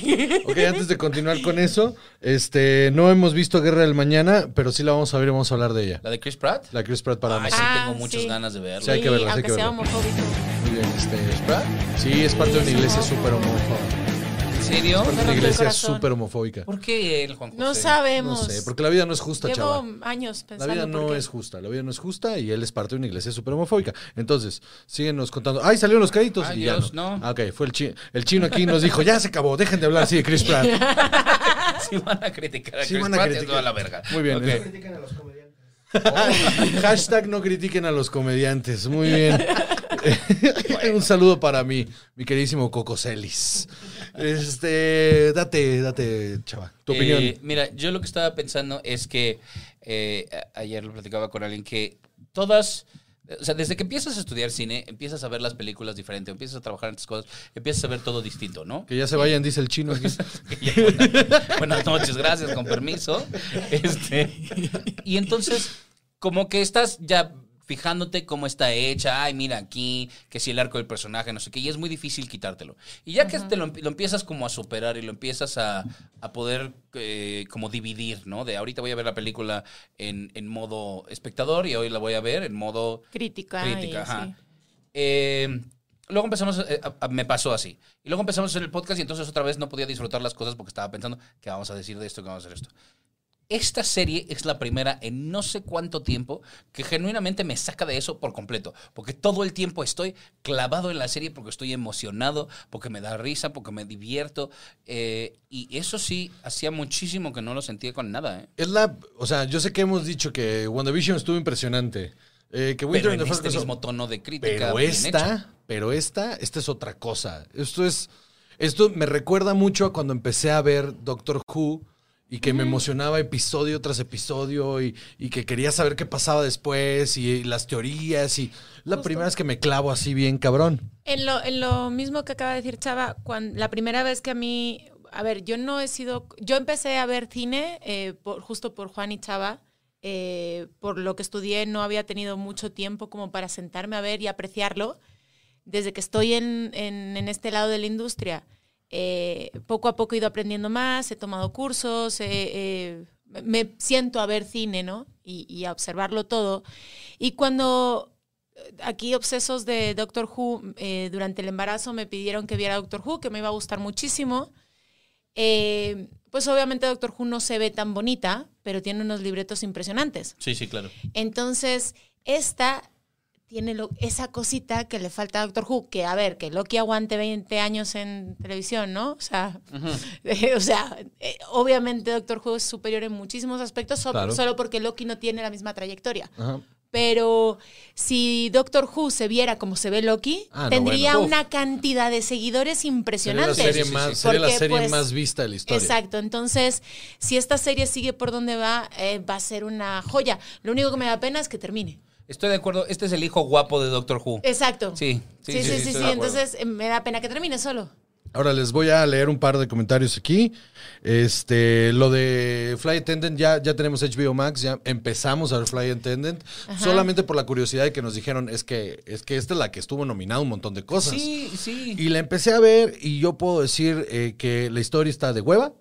Speaker 2: Ok, antes de continuar con eso, este, no hemos visto Guerra del Mañana, pero sí la vamos a ver y vamos a hablar de ella.
Speaker 4: ¿La de Chris Pratt?
Speaker 2: La Chris Pratt para
Speaker 4: Ay,
Speaker 2: Amazon.
Speaker 4: sí,
Speaker 5: Ah,
Speaker 4: tengo muchas
Speaker 5: sí.
Speaker 4: ganas de verla.
Speaker 2: Sí, hay que verla, hay
Speaker 5: aunque
Speaker 2: que
Speaker 5: sea
Speaker 2: verla.
Speaker 5: homofóbico.
Speaker 2: Muy bien, este, ¿Chris Pratt? Sí, es parte de una iglesia súper homofóbica.
Speaker 4: ¿En serio?
Speaker 5: rompió
Speaker 2: Una
Speaker 5: el
Speaker 2: iglesia
Speaker 5: corazón.
Speaker 2: súper homofóbica.
Speaker 4: ¿Por qué el Juan José?
Speaker 5: No
Speaker 2: No
Speaker 5: sabemos.
Speaker 2: sé, porque la vida no es justa,
Speaker 5: Llevo
Speaker 2: chaval.
Speaker 5: años
Speaker 2: La
Speaker 5: pensando.
Speaker 2: vida no
Speaker 5: por qué.
Speaker 2: es justa, la vida no es justa y él es parte de una iglesia súper homofóbica. Entonces, síguenos contando. ¡Ay, salieron los créditos!
Speaker 4: Ay,
Speaker 2: y ya
Speaker 4: Dios, no.
Speaker 2: Ah, Ok, fue el chino. El chino aquí nos dijo, ya se acabó, dejen de hablar así de Chris
Speaker 4: [LAUGHS]
Speaker 2: Pratt.
Speaker 4: Si van a criticar a
Speaker 2: Sí
Speaker 4: Chris
Speaker 2: van a
Speaker 4: Pratt,
Speaker 2: criticar.
Speaker 4: es toda la verga.
Speaker 2: Muy bien.
Speaker 4: Ok.
Speaker 2: ¿eh? [LAUGHS] Hashtag no critiquen a los comediantes. Muy bien.
Speaker 4: [LAUGHS]
Speaker 2: [LAUGHS] Un saludo para mí, mi queridísimo Coco Celis. Este, date, date, chava. Tu
Speaker 4: Eh,
Speaker 2: opinión.
Speaker 4: Mira, yo lo que estaba pensando es que eh, a- ayer lo platicaba con alguien que todas. O sea, desde que empiezas a estudiar cine, empiezas a ver las películas diferente, empiezas a trabajar en tus cosas, empiezas a ver todo distinto, ¿no?
Speaker 2: Que ya se vayan, dice el chino. aquí.
Speaker 4: [LAUGHS] Buenas noches, gracias, con permiso. Este, y entonces, como que estás ya fijándote cómo está hecha, ay, mira aquí, que si el arco del personaje, no sé qué, y es muy difícil quitártelo. Y ya que te lo, lo empiezas como a superar y lo empiezas a, a poder eh, como dividir, ¿no? De ahorita voy a ver la película en, en modo espectador y hoy la voy a ver en modo
Speaker 5: Crítica.
Speaker 4: crítica.
Speaker 5: y
Speaker 4: ajá.
Speaker 5: sí.
Speaker 4: Eh, luego empezamos, eh, a- a- me pasó así. Y luego empezamos a hacer el podcast y entonces otra vez no podía disfrutar las cosas porque estaba pensando, ¿qué vamos a decir de esto? ¿Qué vamos a hacer de esto? Esta serie es la primera en no sé cuánto tiempo que genuinamente me saca de eso por completo, porque todo el tiempo estoy clavado en la serie, porque estoy emocionado, porque me da risa, porque me divierto, eh, y eso sí, hacía muchísimo que no lo sentía con nada. ¿eh?
Speaker 2: Es la, o sea, yo sé que hemos dicho que WandaVision estuvo impresionante. eh, que Winter
Speaker 4: Pero
Speaker 2: in
Speaker 4: en
Speaker 2: the
Speaker 4: este
Speaker 2: Falcon-
Speaker 4: mismo tono de crítica.
Speaker 2: Pero
Speaker 4: bien
Speaker 2: esta,
Speaker 4: hecha.
Speaker 2: pero esta, esta es otra cosa. Esto es, esto me recuerda mucho a cuando empecé a ver Doctor Who y que me emocionaba episodio tras episodio y, y que quería saber qué pasaba después y, las teorías y la primera vez que me clavo así bien cabrón.
Speaker 5: En, lo, en lo mismo que acaba de decir Chava, cuan- la primera vez que a mí. A ver, yo no he sido. Yo empecé a ver cine eh, por- justo por Juan y Chava. eh, por lo que estudié, no había tenido mucho tiempo como para sentarme a ver y apreciarlo. desde que estoy en, en- en este lado de la industria, eh, poco a poco he ido aprendiendo más, he tomado cursos, eh, eh, me siento a ver cine, ¿no? y, y a observarlo todo. Y cuando eh, aquí obsesos de Doctor Who, eh, durante el embarazo me pidieron que viera Doctor Who, que me iba a gustar muchísimo. Eh, pues obviamente Doctor Who no se ve tan bonita, pero tiene unos libretos impresionantes.
Speaker 4: Sí, sí, claro.
Speaker 5: Entonces, esta tiene lo- esa cosita que le falta a Doctor Who, que a ver, que Loki aguante 20 años en televisión, ¿no? O sea, [LAUGHS] o sea eh, obviamente Doctor Who es superior en muchísimos aspectos, so-
Speaker 2: Claro.
Speaker 5: solo porque Loki no tiene la misma trayectoria.
Speaker 2: Ajá.
Speaker 5: Pero si Doctor Who se viera como se ve Loki,
Speaker 2: Ah, no,
Speaker 5: tendría
Speaker 2: bueno.
Speaker 5: una cantidad de seguidores
Speaker 2: Sería la
Speaker 5: impresionantes.
Speaker 2: serie,
Speaker 4: Sí, sí,
Speaker 2: más,
Speaker 4: sí.
Speaker 2: sería la
Speaker 5: Porque,
Speaker 2: serie
Speaker 5: pues,
Speaker 2: más vista de la historia.
Speaker 5: Exacto, entonces si esta serie sigue por donde va, eh, va a ser una joya. Lo único que me da pena es que termine.
Speaker 4: Estoy de acuerdo. Este es el hijo guapo de Doctor Who.
Speaker 5: Exacto.
Speaker 4: Sí, sí, sí,
Speaker 5: sí, sí.
Speaker 4: sí,
Speaker 5: sí,
Speaker 4: estoy
Speaker 5: sí,
Speaker 4: de acuerdo.
Speaker 5: Entonces eh, me da pena que termine solo.
Speaker 2: Ahora les voy a leer un par de comentarios aquí. Este, lo de Fly Attendant, ya, ya tenemos HBO Max, ya empezamos a ver Fly Attendant. Solamente por la curiosidad de que nos dijeron, es que, es que esta es la que estuvo nominada a un montón de cosas.
Speaker 4: Sí, sí.
Speaker 2: Y la empecé a ver y yo puedo decir eh, que la historia está de hueva.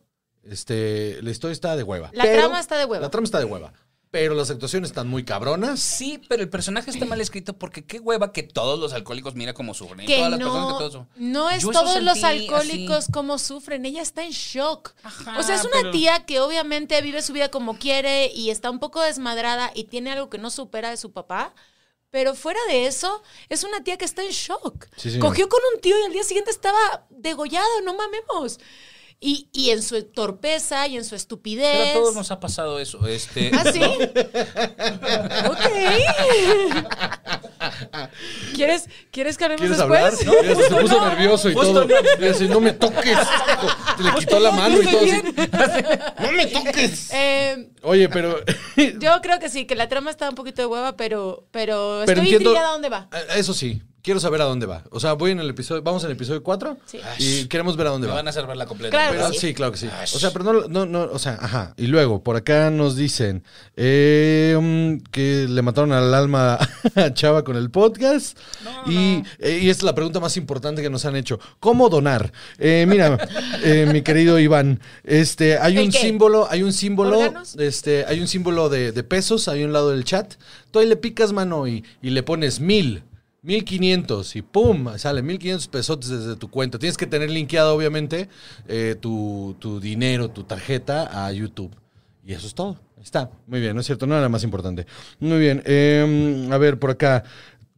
Speaker 2: Este, la historia está de hueva.
Speaker 5: La trama está de hueva.
Speaker 2: La trama está de hueva. Pero las actuaciones están muy cabronas.
Speaker 4: Sí, pero el personaje está mal escrito porque qué hueva que todos los alcohólicos mira como sufren. y
Speaker 5: Que
Speaker 4: todas las personas que
Speaker 5: no,
Speaker 4: todos sufren.
Speaker 5: no es
Speaker 4: Yo eso
Speaker 5: todos los
Speaker 4: sentí
Speaker 5: alcohólicos
Speaker 4: así.
Speaker 5: como sufren, ella está en shock.
Speaker 4: Ajá,
Speaker 5: o sea, es una
Speaker 4: Ah, pero-
Speaker 5: tía que obviamente vive su vida como quiere y está un poco desmadrada y tiene algo que no supera de su papá. Pero fuera de eso, es una tía que está en shock.
Speaker 2: Sí, señor.
Speaker 5: Cogió con un tío y al día siguiente estaba degollado, no mamemos. Y, y en su torpeza y en su estupidez.
Speaker 4: Pero a todos nos ha pasado eso. Este,
Speaker 5: [LAUGHS] ¿Ah, sí?
Speaker 4: ¿no?
Speaker 5: ok. ¿Quieres, ¿Quieres que hablemos
Speaker 2: ¿Quieres
Speaker 5: después?
Speaker 2: hablar?
Speaker 5: No,
Speaker 2: [LAUGHS] No, se puso nervioso y todo. Y así, no me [LAUGHS] toques. Le quitó la mano y todo. [LAUGHS] así. No me toques.
Speaker 5: [LAUGHS] Eh,
Speaker 2: Oye, pero. Pues, [LAUGHS]
Speaker 5: yo creo que sí, que la trama está un poquito de hueva, pero, pero,
Speaker 2: pero
Speaker 5: estoy
Speaker 2: entiendo-
Speaker 5: intrigada a dónde va.
Speaker 2: Eh, Eso sí, quiero saber a dónde va. O sea, voy en el episodio, vamos en el episodio 4
Speaker 5: Sí.
Speaker 2: y queremos ver a dónde
Speaker 4: Me
Speaker 2: va.
Speaker 4: van a salvar la completa.
Speaker 5: Claro,
Speaker 2: Pero-
Speaker 5: sí.
Speaker 2: sí, claro que sí. O sea, pero no, no, no, o sea, ajá. Y luego, por acá nos dicen eh, mm, que le mataron al alma [LAUGHS] a Chava con el podcast. y, eh, y es la pregunta más importante que nos han hecho. ¿Cómo donar? Eh, mira, [LAUGHS] eh, mi querido Iván, este, hay
Speaker 5: ¿El
Speaker 2: un
Speaker 5: qué?
Speaker 2: símbolo, hay un símbolo,
Speaker 5: ¿Órganos?
Speaker 2: este, hay un símbolo de, de pesos, hay un lado del chat. Tú ahí le picas mano y, y le pones mil. 1500 y pum, sale 1500 pesotes desde tu cuenta. Tienes que tener linkeado, obviamente, eh, tu, tu dinero, tu tarjeta a YouTube. Y eso es todo. Ahí Está. Muy bien, ¿no es cierto? No era más importante. Muy bien. eh, a ver, por acá.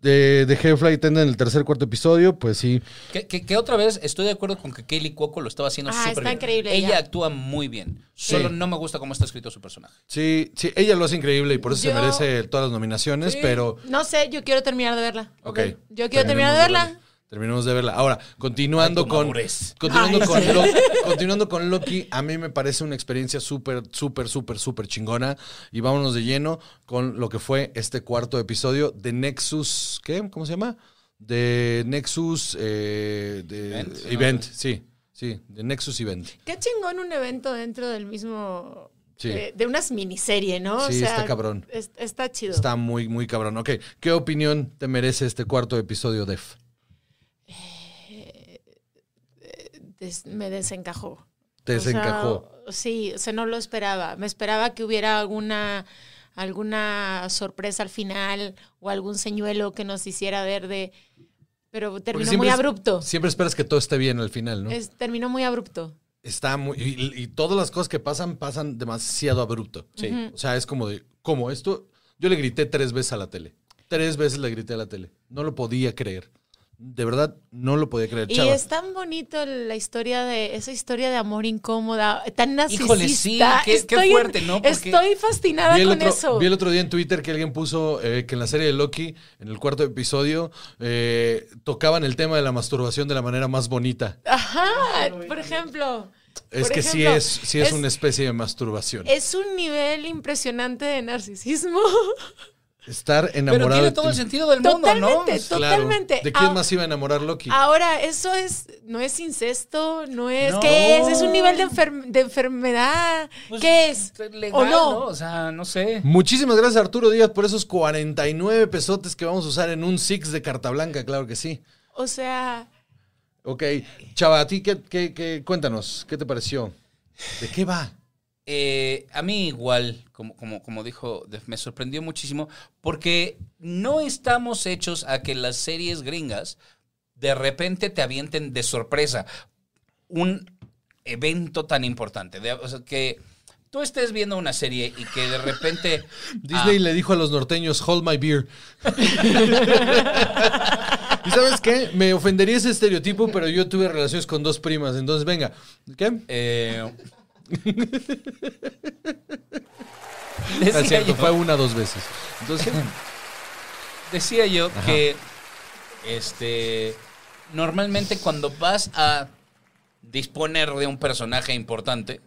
Speaker 2: De, dejé Flight Attendant en el tercer, cuarto episodio. Pues sí.
Speaker 4: Que, que- que otra vez estoy de acuerdo con que Kelly Cuoco lo estaba haciendo
Speaker 5: Ah,
Speaker 4: súper
Speaker 5: está
Speaker 4: bien.
Speaker 5: increíble
Speaker 4: Ella
Speaker 5: ella.
Speaker 4: actúa muy bien. Solo no me gusta cómo está escrito su personaje.
Speaker 2: Sí, sí, ella lo hace increíble y por eso se
Speaker 5: Yo-
Speaker 2: merece todas las nominaciones, pero.
Speaker 5: No sé, yo quiero terminar de verla.
Speaker 2: Ok.
Speaker 5: Yo quiero terminar
Speaker 2: Terminemos
Speaker 5: de verla.
Speaker 2: Terminemos de verla. Ahora, continuando
Speaker 4: Ay, tu
Speaker 2: con.
Speaker 4: madurez.
Speaker 2: Continuando, con Lo- continuando con Loki, a mí me parece una experiencia súper, súper, súper, súper chingona. Y vámonos de lleno con lo que fue este cuarto episodio de Nexus. ¿Qué? ¿Cómo se llama? De Nexus. eh, de-
Speaker 4: Event.
Speaker 2: Event, sí. Sí, de Nexus Event.
Speaker 5: Qué chingón un evento dentro del mismo...
Speaker 2: Sí.
Speaker 5: De, de unas miniserie, ¿no?
Speaker 2: Sí, está cabrón.
Speaker 5: es- está chido.
Speaker 2: Está muy, muy cabrón. Ok, ¿qué opinión te merece este cuarto episodio, Def?
Speaker 5: Des- me desencajó.
Speaker 2: Te
Speaker 5: O sea,
Speaker 2: desencajó.
Speaker 5: sí, o sea, no lo esperaba. Me esperaba que hubiera alguna, alguna sorpresa al final o algún señuelo que nos hiciera ver de... Pero
Speaker 2: Porque
Speaker 5: terminó
Speaker 2: siempre
Speaker 5: muy
Speaker 2: es-
Speaker 5: abrupto.
Speaker 2: Siempre esperas que todo esté bien al final, ¿no?
Speaker 5: Es- terminó muy abrupto.
Speaker 2: Está muy. Y, y todas las cosas que pasan, pasan demasiado abrupto. Sí. O sea, es como de. ¿Cómo? Esto. Yo le grité tres veces a la tele. Tres veces le grité a la tele. No lo podía creer. De verdad, no lo podía creer.
Speaker 5: Y
Speaker 2: Chava.
Speaker 5: es tan bonito la historia de esa historia de amor incómoda, tan narcisista.
Speaker 4: Híjole, sí, qué- qué fuerte, ¿no? Porque-
Speaker 5: Estoy fascinada
Speaker 2: Vi el,
Speaker 5: con
Speaker 2: otro,
Speaker 5: eso.
Speaker 2: vi el otro día en Twitter que alguien puso eh, que en la serie de Loki, en el cuarto episodio, eh, tocaban el tema de la masturbación de la manera más bonita.
Speaker 5: Ajá, por ejemplo.
Speaker 2: Es
Speaker 5: por
Speaker 2: que sí
Speaker 5: ejemplo,
Speaker 2: es, sí es, una especie de masturbación.
Speaker 5: Es un nivel impresionante de narcisismo.
Speaker 2: Estar
Speaker 4: Pero
Speaker 2: enamorado.
Speaker 4: tiene
Speaker 2: de
Speaker 4: todo
Speaker 2: ti-
Speaker 4: el sentido del mundo, ¿no?
Speaker 5: Totalmente.
Speaker 4: Es-
Speaker 2: Claro.
Speaker 5: Totalmente.
Speaker 2: ¿De quién
Speaker 5: Ah,
Speaker 2: más iba a enamorar Loki?
Speaker 5: Ahora, eso es, no es incesto, no es.
Speaker 4: No.
Speaker 5: ¿Qué es? Es un nivel de, enfer- de enfermedad.
Speaker 4: pues,
Speaker 5: ¿Qué es?
Speaker 4: legal,
Speaker 5: ¿O no?
Speaker 4: O sea, no sé.
Speaker 2: Muchísimas gracias Arturo Díaz por esos 49 pesotes que vamos a usar en un Six de carta blanca, claro que sí.
Speaker 5: O sea,
Speaker 2: Ok, Chava, a ti, qué, qué- qué- cuéntanos, ¿qué te pareció? ¿De qué va?
Speaker 4: eh, a mí igual, como, como, como dijo, Def, me sorprendió muchísimo porque no estamos hechos a que las series gringas de repente te avienten de sorpresa un evento tan importante. De- o sea, que tú estés viendo una serie y que de repente...
Speaker 2: [LAUGHS] Disney
Speaker 4: ah,
Speaker 2: le dijo a los norteños, hold my beer. [LAUGHS] ¿Y sabes qué? Me ofendería ese estereotipo, pero yo tuve relaciones con dos primas, entonces venga.
Speaker 4: [LAUGHS]
Speaker 2: ¿Qué?
Speaker 4: eh,
Speaker 2: [LAUGHS] Ah, Es
Speaker 4: [LAUGHS] decía
Speaker 2: cierto,
Speaker 4: yo-
Speaker 2: fue una dos veces. Entonces,
Speaker 4: Decía yo que este normalmente cuando vas a disponer de un personaje importante,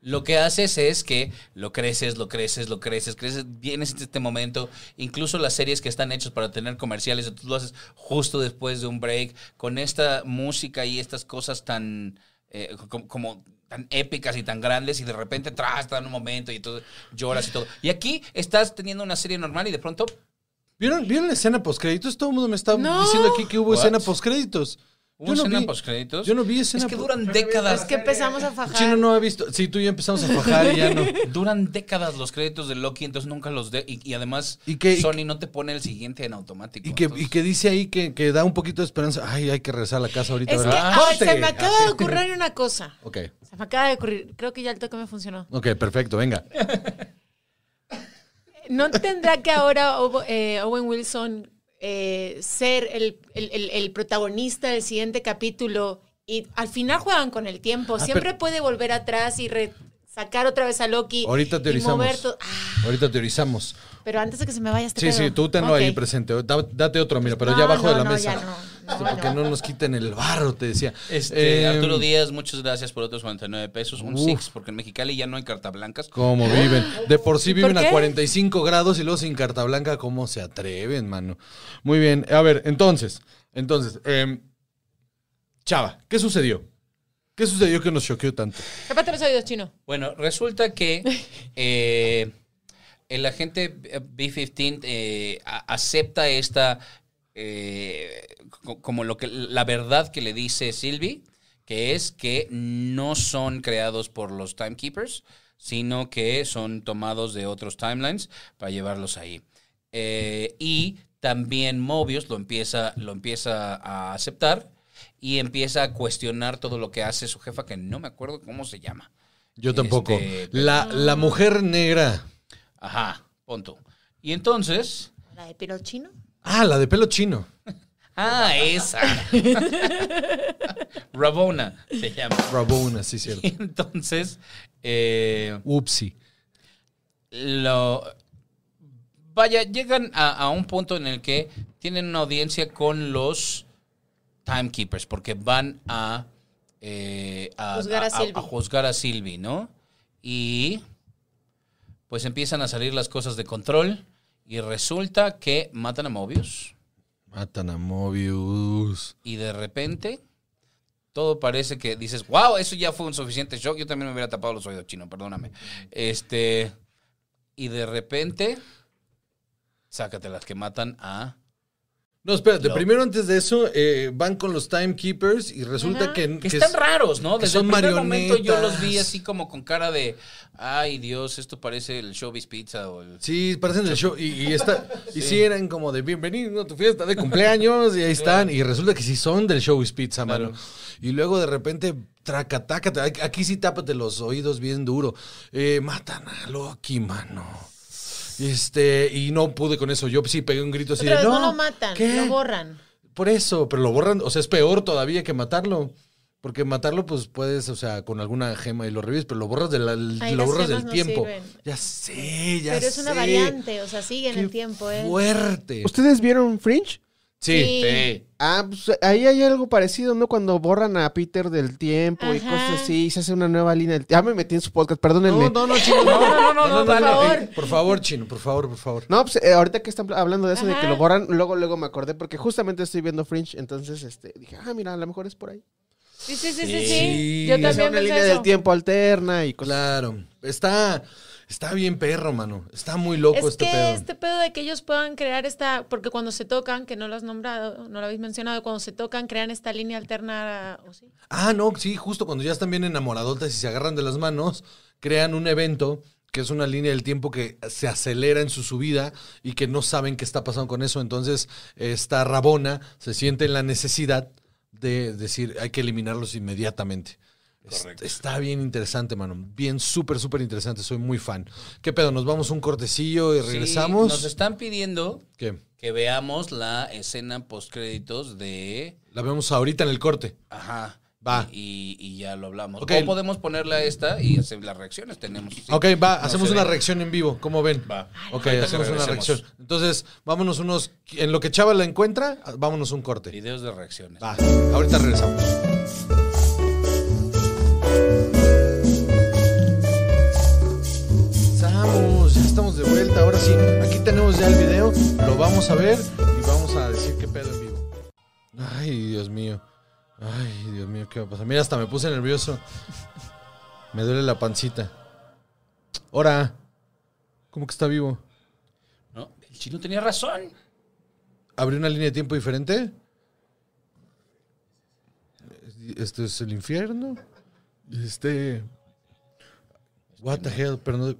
Speaker 4: lo que haces es que lo creces, lo creces, lo creces, creces, vienes en este momento, incluso las series que están hechas para tener comerciales, tú lo haces justo después de un break, con esta música y estas cosas tan eh, como, como tan épicas y tan grandes y de repente tras, te dan un momento y entonces lloras y todo. Y aquí estás teniendo una serie normal y de pronto
Speaker 2: ¿vieron, ¿vieron la escena postcréditos? Todo el mundo me está
Speaker 5: No.
Speaker 2: diciendo aquí que hubo
Speaker 4: What?
Speaker 2: escena postcréditos.
Speaker 4: hubo
Speaker 2: Yo no
Speaker 4: escena
Speaker 2: vi-
Speaker 4: postcréditos.
Speaker 2: Yo no vi
Speaker 4: Es
Speaker 2: escena
Speaker 4: que
Speaker 2: po-
Speaker 4: duran décadas.
Speaker 5: Es que empezamos a
Speaker 2: El chino
Speaker 5: fajar.
Speaker 2: no ha visto. Sí, tú y yo empezamos a fajar y ya [LAUGHS]
Speaker 5: [LAUGHS]
Speaker 2: no.
Speaker 4: Duran décadas los créditos de Loki, entonces nunca los de y, y además
Speaker 2: ¿Y qué- y-
Speaker 4: Sony no te pone el siguiente en automático.
Speaker 2: Y que, y
Speaker 4: entonces-
Speaker 2: que dice ahí que, que da un poquito de esperanza. Ay, hay que regresar a la casa ahorita.
Speaker 5: Es que
Speaker 2: ¿verdad?
Speaker 5: ay, se me
Speaker 2: ¡Corte!
Speaker 5: acaba de ocurrir una cosa.
Speaker 2: Ok,
Speaker 5: Se me acaba de ocurrir. Creo que ya el toque me funcionó.
Speaker 2: ok, perfecto, venga.
Speaker 5: ¿No tendrá que ahora Obo- eh, Owen Wilson eh, ser el, el- el- el protagonista del siguiente capítulo? Y al final juegan con el tiempo. Siempre
Speaker 2: Ah, pero-
Speaker 5: puede volver atrás y re- sacar otra vez a Loki.
Speaker 2: Ahorita
Speaker 5: y mover
Speaker 2: teorizamos.
Speaker 5: to- Ah,
Speaker 2: Ahorita teorizamos.
Speaker 5: pero antes de que se me vaya este
Speaker 2: Sí, sí,
Speaker 5: pedo.
Speaker 2: tú tenlo ahí
Speaker 5: Ok.
Speaker 2: presente. Da- Date otro, mira, pero
Speaker 5: No,
Speaker 2: ya abajo
Speaker 5: no,
Speaker 2: de la
Speaker 5: no,
Speaker 2: mesa.
Speaker 5: ya no, no,
Speaker 2: Porque
Speaker 5: no.
Speaker 2: no nos quiten el barro, te decía.
Speaker 4: Este,
Speaker 2: Eh,
Speaker 4: Arturo Díaz, muchas gracias por otros 49 pesos. Un
Speaker 2: Uf.
Speaker 4: six, porque en Mexicali ya no hay carta blancas.
Speaker 2: ¿Cómo viven? De por sí viven
Speaker 5: ¿Por
Speaker 2: a
Speaker 5: qué?
Speaker 2: 45 grados y luego sin carta blanca, ¿cómo se atreven, mano? Muy bien, a ver, entonces, entonces, em, Chava, ¿qué sucedió? ¿Qué sucedió que nos choqueó tanto?
Speaker 5: Tápate los oídos, chino.
Speaker 4: Bueno, resulta que eh, el agente B-15 eh, a- acepta esta, eh, co- como lo que, la verdad que le dice Sylvie, que es que no son creados por los Timekeepers, sino que son tomados de otros timelines para llevarlos ahí. Eh, y también Mobius lo empieza, lo empieza a aceptar y empieza a cuestionar todo lo que hace su jefa, que no me acuerdo cómo se llama.
Speaker 2: Yo tampoco.
Speaker 4: Este,
Speaker 2: la, la mujer negra.
Speaker 4: Ajá, punto. Y entonces.
Speaker 5: ¿La de pelo chino?
Speaker 2: Ah, la de pelo chino.
Speaker 4: Ah, esa. Rabona se llama.
Speaker 2: Rabona, sí,
Speaker 4: [LAUGHS]
Speaker 2: cierto.
Speaker 4: Y entonces, eh,
Speaker 2: Upsi.
Speaker 4: lo. Vaya, llegan a, a un punto en el que tienen una audiencia con los timekeepers, porque van a. eh, a-
Speaker 5: Juzgar a Sylvie.
Speaker 4: juzgar a Sylvie, ¿no? Y. Pues empiezan a salir las cosas de control. Y resulta que matan a Mobius.
Speaker 2: Matan a Mobius.
Speaker 4: y de repente todo parece que dices, wow, eso ya fue un suficiente shock. Yo también me hubiera tapado los oídos chino, perdóname. Este, y de repente, sácate las que matan a.
Speaker 2: No, espérate,
Speaker 4: Lo-
Speaker 2: primero antes de eso, eh, van con los timekeepers y resulta
Speaker 5: Ajá.
Speaker 2: que,
Speaker 4: Que
Speaker 2: que
Speaker 4: están
Speaker 2: es-
Speaker 4: raros, ¿no?
Speaker 2: que
Speaker 4: Desde el
Speaker 2: son
Speaker 4: primer momento yo los vi
Speaker 2: marionetas.
Speaker 4: así como con cara de, ay Dios, esto parece el showbiz pizza o el.
Speaker 2: Sí, parecen del show. Y, y está, y sí. eran como de bienvenido a tu fiesta de cumpleaños. Y ahí están. Y resulta que sí son del show is pizza, mano.
Speaker 4: Claro.
Speaker 2: Y luego de repente, traca, tácate. Ay, Aquí sí tápate los oídos bien duro. Eh, matan a Loki, mano. Este, y no pude con eso. Yo sí pegué un grito así
Speaker 5: Otra
Speaker 2: de.
Speaker 5: vez,
Speaker 2: No,
Speaker 5: no, lo matan,
Speaker 2: ¿qué?
Speaker 5: lo borran.
Speaker 2: Por eso, pero lo borran. O sea, es peor todavía que matarlo. Porque matarlo, pues puedes, o sea, con alguna gema y lo revives, pero lo borras, de la-
Speaker 5: Ay,
Speaker 2: lo
Speaker 5: las
Speaker 2: borras
Speaker 5: gemas
Speaker 2: del
Speaker 5: no
Speaker 2: tiempo.
Speaker 5: sirven.
Speaker 2: Ya sé, ya sé.
Speaker 5: Pero es una variante, o sea, sigue en
Speaker 2: Qué
Speaker 5: el tiempo, ¿eh?
Speaker 2: Fuerte.
Speaker 6: ¿Ustedes vieron Fringe?
Speaker 2: Sí.
Speaker 5: Sí.
Speaker 4: Sí.
Speaker 6: Ah, pues ahí hay algo parecido, ¿no? Cuando borran a Peter del tiempo y
Speaker 5: Ajá.
Speaker 6: cosas así, y se hace una nueva línea del tiempo. Ah, me metí en su podcast, perdónenme.
Speaker 2: No,
Speaker 6: No,
Speaker 2: no, no, chino. No, no, no, no,
Speaker 5: [LAUGHS] no, por
Speaker 2: dale.
Speaker 5: favor.
Speaker 2: Eh, Por favor, chino, por favor, por favor.
Speaker 6: pues eh, ahorita que están hablando de eso, de que
Speaker 5: Ajá.
Speaker 6: lo borran, luego, luego me acordé, porque justamente estoy viendo Fringe, entonces este, dije, ah, mira, a lo mejor es por ahí.
Speaker 5: Sí, sí, sí, sí,
Speaker 2: Sí.
Speaker 5: sí. Yo
Speaker 2: Sí,
Speaker 6: Hacer
Speaker 5: también
Speaker 6: una
Speaker 5: pensé
Speaker 6: línea
Speaker 5: eso.
Speaker 2: pues.
Speaker 6: [LAUGHS] del tiempo alterna y cosas.
Speaker 2: Claro. Está. Está bien perro, mano. Está muy loco
Speaker 5: Es
Speaker 2: este
Speaker 5: que
Speaker 2: pedo.
Speaker 5: este pedo de que ellos puedan crear esta, porque cuando se tocan, que no lo has nombrado, no lo habéis mencionado, cuando se tocan crean esta línea alterna, ¿o sí?
Speaker 2: Ah, no, sí, justo cuando ya están bien enamoradotas y se agarran de las manos, crean un evento que es una línea del tiempo que se acelera en su subida y que no saben qué está pasando con eso. Entonces, esta Rabona se siente en la necesidad de decir, hay que eliminarlos inmediatamente. Es- Está bien interesante, mano. Bien, súper, súper interesante. Soy muy fan. ¿Qué pedo? ¿Nos vamos un cortecillo y
Speaker 4: Sí,
Speaker 2: regresamos?
Speaker 4: nos están pidiendo
Speaker 2: ¿Qué?
Speaker 4: que veamos la escena postcréditos de...
Speaker 2: La vemos ahorita en el corte.
Speaker 4: Ajá.
Speaker 2: Va.
Speaker 4: Y, y ya lo hablamos.
Speaker 2: Ok.
Speaker 4: O podemos ponerla a esta y hacer las reacciones. Tenemos. sí.
Speaker 2: Ok, va,
Speaker 4: No
Speaker 2: hacemos
Speaker 4: se
Speaker 2: una
Speaker 4: ve.
Speaker 2: reacción en vivo, ¿cómo ven?
Speaker 4: Va.
Speaker 2: Ok,
Speaker 4: Ahorita
Speaker 2: hacemos una
Speaker 4: regresemos.
Speaker 2: reacción. Entonces, vámonos unos. En lo que Chava la encuentra, vámonos un corte.
Speaker 4: Videos de reacciones.
Speaker 2: Va, ahorita regresamos. Estamos, ya estamos de vuelta. Ahora sí, aquí tenemos ya el video. Lo vamos a ver y vamos a decir qué pedo en vivo. Ay, Dios mío. Ay, Dios mío, ¿qué va a pasar? Mira, hasta me puse nervioso. Me duele la pancita. Ahora, ¿cómo que está vivo?
Speaker 4: No, El chino tenía razón.
Speaker 2: ¿Abrió una línea de tiempo diferente? ¿Esto es el infierno? Este... What the hell, pero no...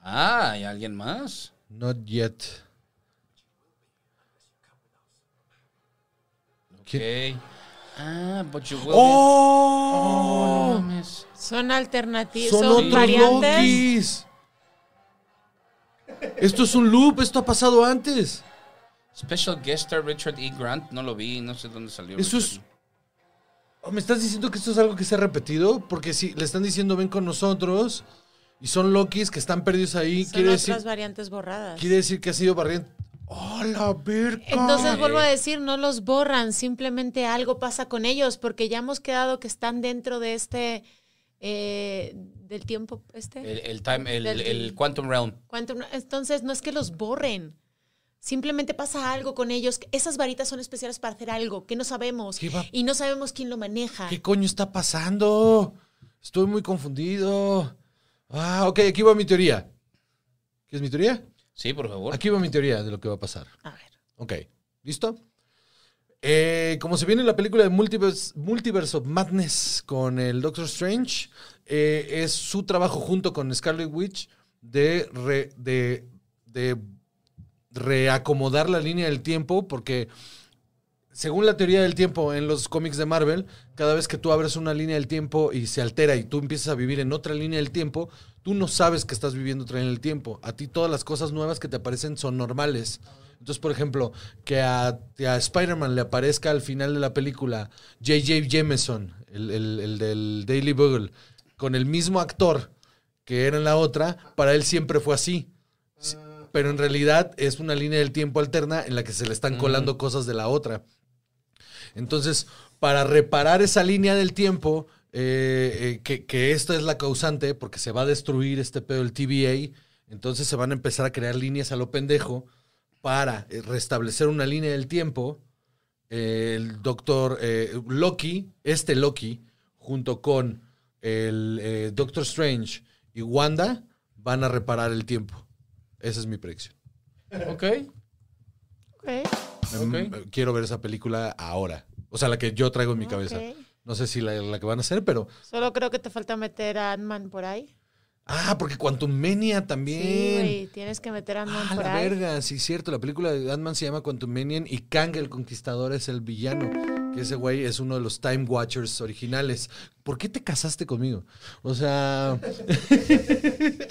Speaker 4: Ah, ¿hay alguien más?
Speaker 2: Not yet.
Speaker 4: Ok. Ah, but you will be-
Speaker 2: ¡Oh!
Speaker 4: No mames.
Speaker 5: Son alternativas,
Speaker 2: Son
Speaker 5: son,
Speaker 2: otros
Speaker 5: variantes.
Speaker 2: Lokis. Esto es un loop, esto ha pasado antes.
Speaker 4: Special guest star Richard E. Grant. No lo vi, no sé dónde salió.
Speaker 2: Eso
Speaker 4: Richard.
Speaker 2: es... Oh, ¿Me estás diciendo que esto es algo que se ha repetido? Porque si le están diciendo ven con nosotros y son Lokis que están perdidos ahí,
Speaker 5: Son
Speaker 2: quiere
Speaker 5: otras
Speaker 2: decir...
Speaker 5: variantes borradas.
Speaker 2: Quiere decir que ha sido barriendo. ¡Hola, verga!
Speaker 5: Entonces
Speaker 4: Ok.
Speaker 5: vuelvo a decir, no los borran, simplemente algo pasa con ellos, porque ya hemos quedado que están dentro de este, eh, del tiempo este.
Speaker 2: Eh,
Speaker 4: El, el time, el,
Speaker 5: Del-
Speaker 4: el Quantum Realm.
Speaker 5: Cuanto no- entonces, no es que los borren. Simplemente pasa algo con ellos. Esas varitas son especiales para hacer algo que no sabemos.
Speaker 2: ¿Qué va-
Speaker 5: Y no sabemos quién lo maneja.
Speaker 2: ¿Qué coño está pasando? Estoy muy confundido. Ah, ok, aquí va mi teoría. ¿Qué es mi teoría?
Speaker 4: Sí, por favor.
Speaker 2: Aquí va mi teoría de lo que va a pasar.
Speaker 5: A ver.
Speaker 2: Ok, ¿listo? Eh, como se viene la película de Multiverse, Multiverse of Madness con el Doctor Strange, eh, es su trabajo junto con Scarlet Witch de, re- de- de reacomodar la línea del tiempo, porque según la teoría del tiempo en los cómics de Marvel, cada vez que tú abres una línea del tiempo y se altera y tú empiezas a vivir en otra línea del tiempo, tú no sabes que estás viviendo otra línea del tiempo. A ti todas las cosas nuevas que te aparecen son normales. Entonces, por ejemplo, que a, que a Spider-Man le aparezca al final de la película J.J. Jameson, el, el- el del Daily Bugle, con el mismo actor que era en la otra, para él siempre fue así. Sí, Pero en realidad es una línea del tiempo alterna en la que se le están colando cosas de la otra. Entonces, para reparar esa línea del tiempo, eh, eh, que, que esta es la causante, porque se va a destruir este pedo del TVA, entonces se van a empezar a crear líneas a lo pendejo para eh, restablecer una línea del tiempo. eh, el doctor eh, Loki, este Loki, junto con el eh, Doctor Strange y Wanda, van a reparar el tiempo. Esa es mi predicción.
Speaker 4: Ok.
Speaker 2: Mm, eh, Quiero ver esa película ahora. O sea, la que yo traigo en mi cabeza. No sé si la, la que van a hacer, pero.
Speaker 5: Solo creo que te falta meter a Ant-Man por ahí.
Speaker 2: Ah, porque Quantum Mania
Speaker 5: Sí,
Speaker 2: también.
Speaker 5: güey. Tienes que meter a Ant-Man
Speaker 2: ah,
Speaker 5: por
Speaker 2: la
Speaker 5: ahí.
Speaker 2: verga, sí, cierto. La película de Ant-Man se llama Quantum Mania y Kang el Conquistador es el villano. Que ese güey es uno de los Time Watchers originales. ¿Por qué te casaste conmigo? O sea. [LAUGHS]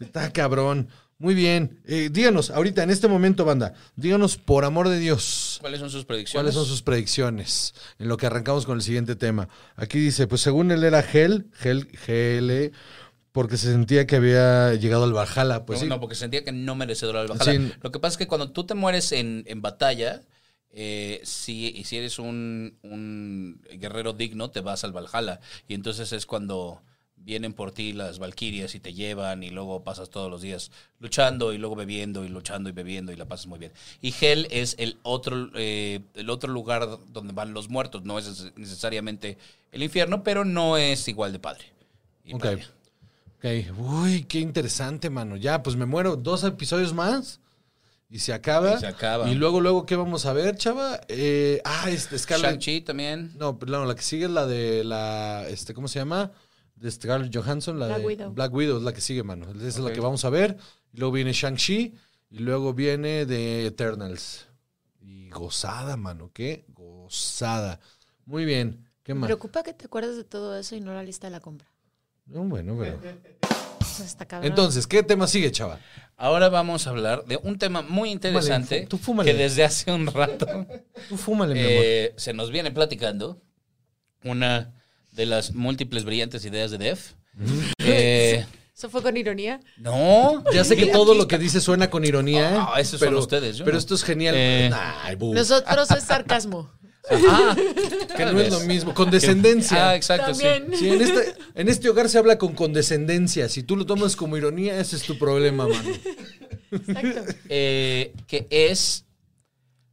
Speaker 2: Está cabrón. Muy bien. Eh, díganos, ahorita, en este momento, banda, díganos, por amor de Dios.
Speaker 4: ¿Cuáles son sus predicciones?
Speaker 2: ¿Cuáles son sus predicciones? En lo que arrancamos con el siguiente tema. Aquí dice, pues según él era Hel, Hel, GL, porque se sentía que había llegado al Valhalla. Pues
Speaker 4: no,
Speaker 2: sí.
Speaker 4: no, porque sentía que no merecedora del Valhalla.
Speaker 2: Sí.
Speaker 4: Lo que pasa es que cuando tú te mueres en, en batalla, eh, si, y si eres un, un guerrero digno, te vas al Valhalla. Y entonces es cuando vienen por ti las valquirias y te llevan y luego pasas todos los días luchando y luego bebiendo y luchando y bebiendo y la pasas muy bien. Y Hel es el otro, eh, el otro lugar donde van los muertos. No es neces- necesariamente el infierno, pero no es igual de padre. y pues
Speaker 2: Ok.
Speaker 4: padre.
Speaker 2: Ok, Ok, uy, qué interesante, mano. Ya, pues me muero dos episodios más y se acaba.
Speaker 4: Y se acaba.
Speaker 2: Y luego, luego, ¿qué vamos a ver, chava? Eh, ah, este, Scarlett.
Speaker 4: Shang-Chi también.
Speaker 2: No, pero no, la que sigue es la de la, este, ¿cómo se llama? De Scarlett Johansson, la
Speaker 5: Black
Speaker 2: de
Speaker 5: Widow.
Speaker 2: Black Widow es la que sigue, mano. Esa es la
Speaker 4: Ok.
Speaker 2: que vamos a ver. Y luego viene Shang-Chi y luego viene de Eternals. Y gozada, mano, qué gozada. Muy bien, qué
Speaker 5: Me
Speaker 2: mal.
Speaker 5: preocupa que te acuerdes de todo eso y no la lista de la compra.
Speaker 2: No, bueno, pero.
Speaker 5: Eso está cabrón. [LAUGHS]
Speaker 2: Entonces, ¿qué tema sigue, chava?
Speaker 4: Ahora vamos a hablar de un tema muy interesante
Speaker 2: tú fúmale.
Speaker 4: que desde hace un rato
Speaker 2: Tú [LAUGHS] fúmale, mi amor.
Speaker 4: eh, se nos viene platicando una de las múltiples brillantes ideas de Def.
Speaker 2: Mm. [LAUGHS]
Speaker 4: Eh,
Speaker 5: ¿Eso fue con ironía?
Speaker 4: no,
Speaker 2: Ya sé que
Speaker 4: mira,
Speaker 2: todo
Speaker 4: aquí
Speaker 2: lo que dice suena con ironía.
Speaker 4: Ah,
Speaker 2: ¿eh?
Speaker 4: esos son ustedes, yo
Speaker 2: Pero
Speaker 4: no.
Speaker 2: esto es genial.
Speaker 4: Eh,
Speaker 2: Ay, bu,
Speaker 5: Nosotros
Speaker 2: [LAUGHS]
Speaker 5: es sarcasmo.
Speaker 4: Ajá.
Speaker 2: que
Speaker 4: [LAUGHS]
Speaker 2: no es lo mismo. Condescendencia.
Speaker 4: Ah, exacto, sí.
Speaker 5: También.
Speaker 2: Sí, en, este, en este hogar se habla con condescendencia. Si tú lo tomas como ironía, ese es tu problema, mano.
Speaker 4: Eh, que es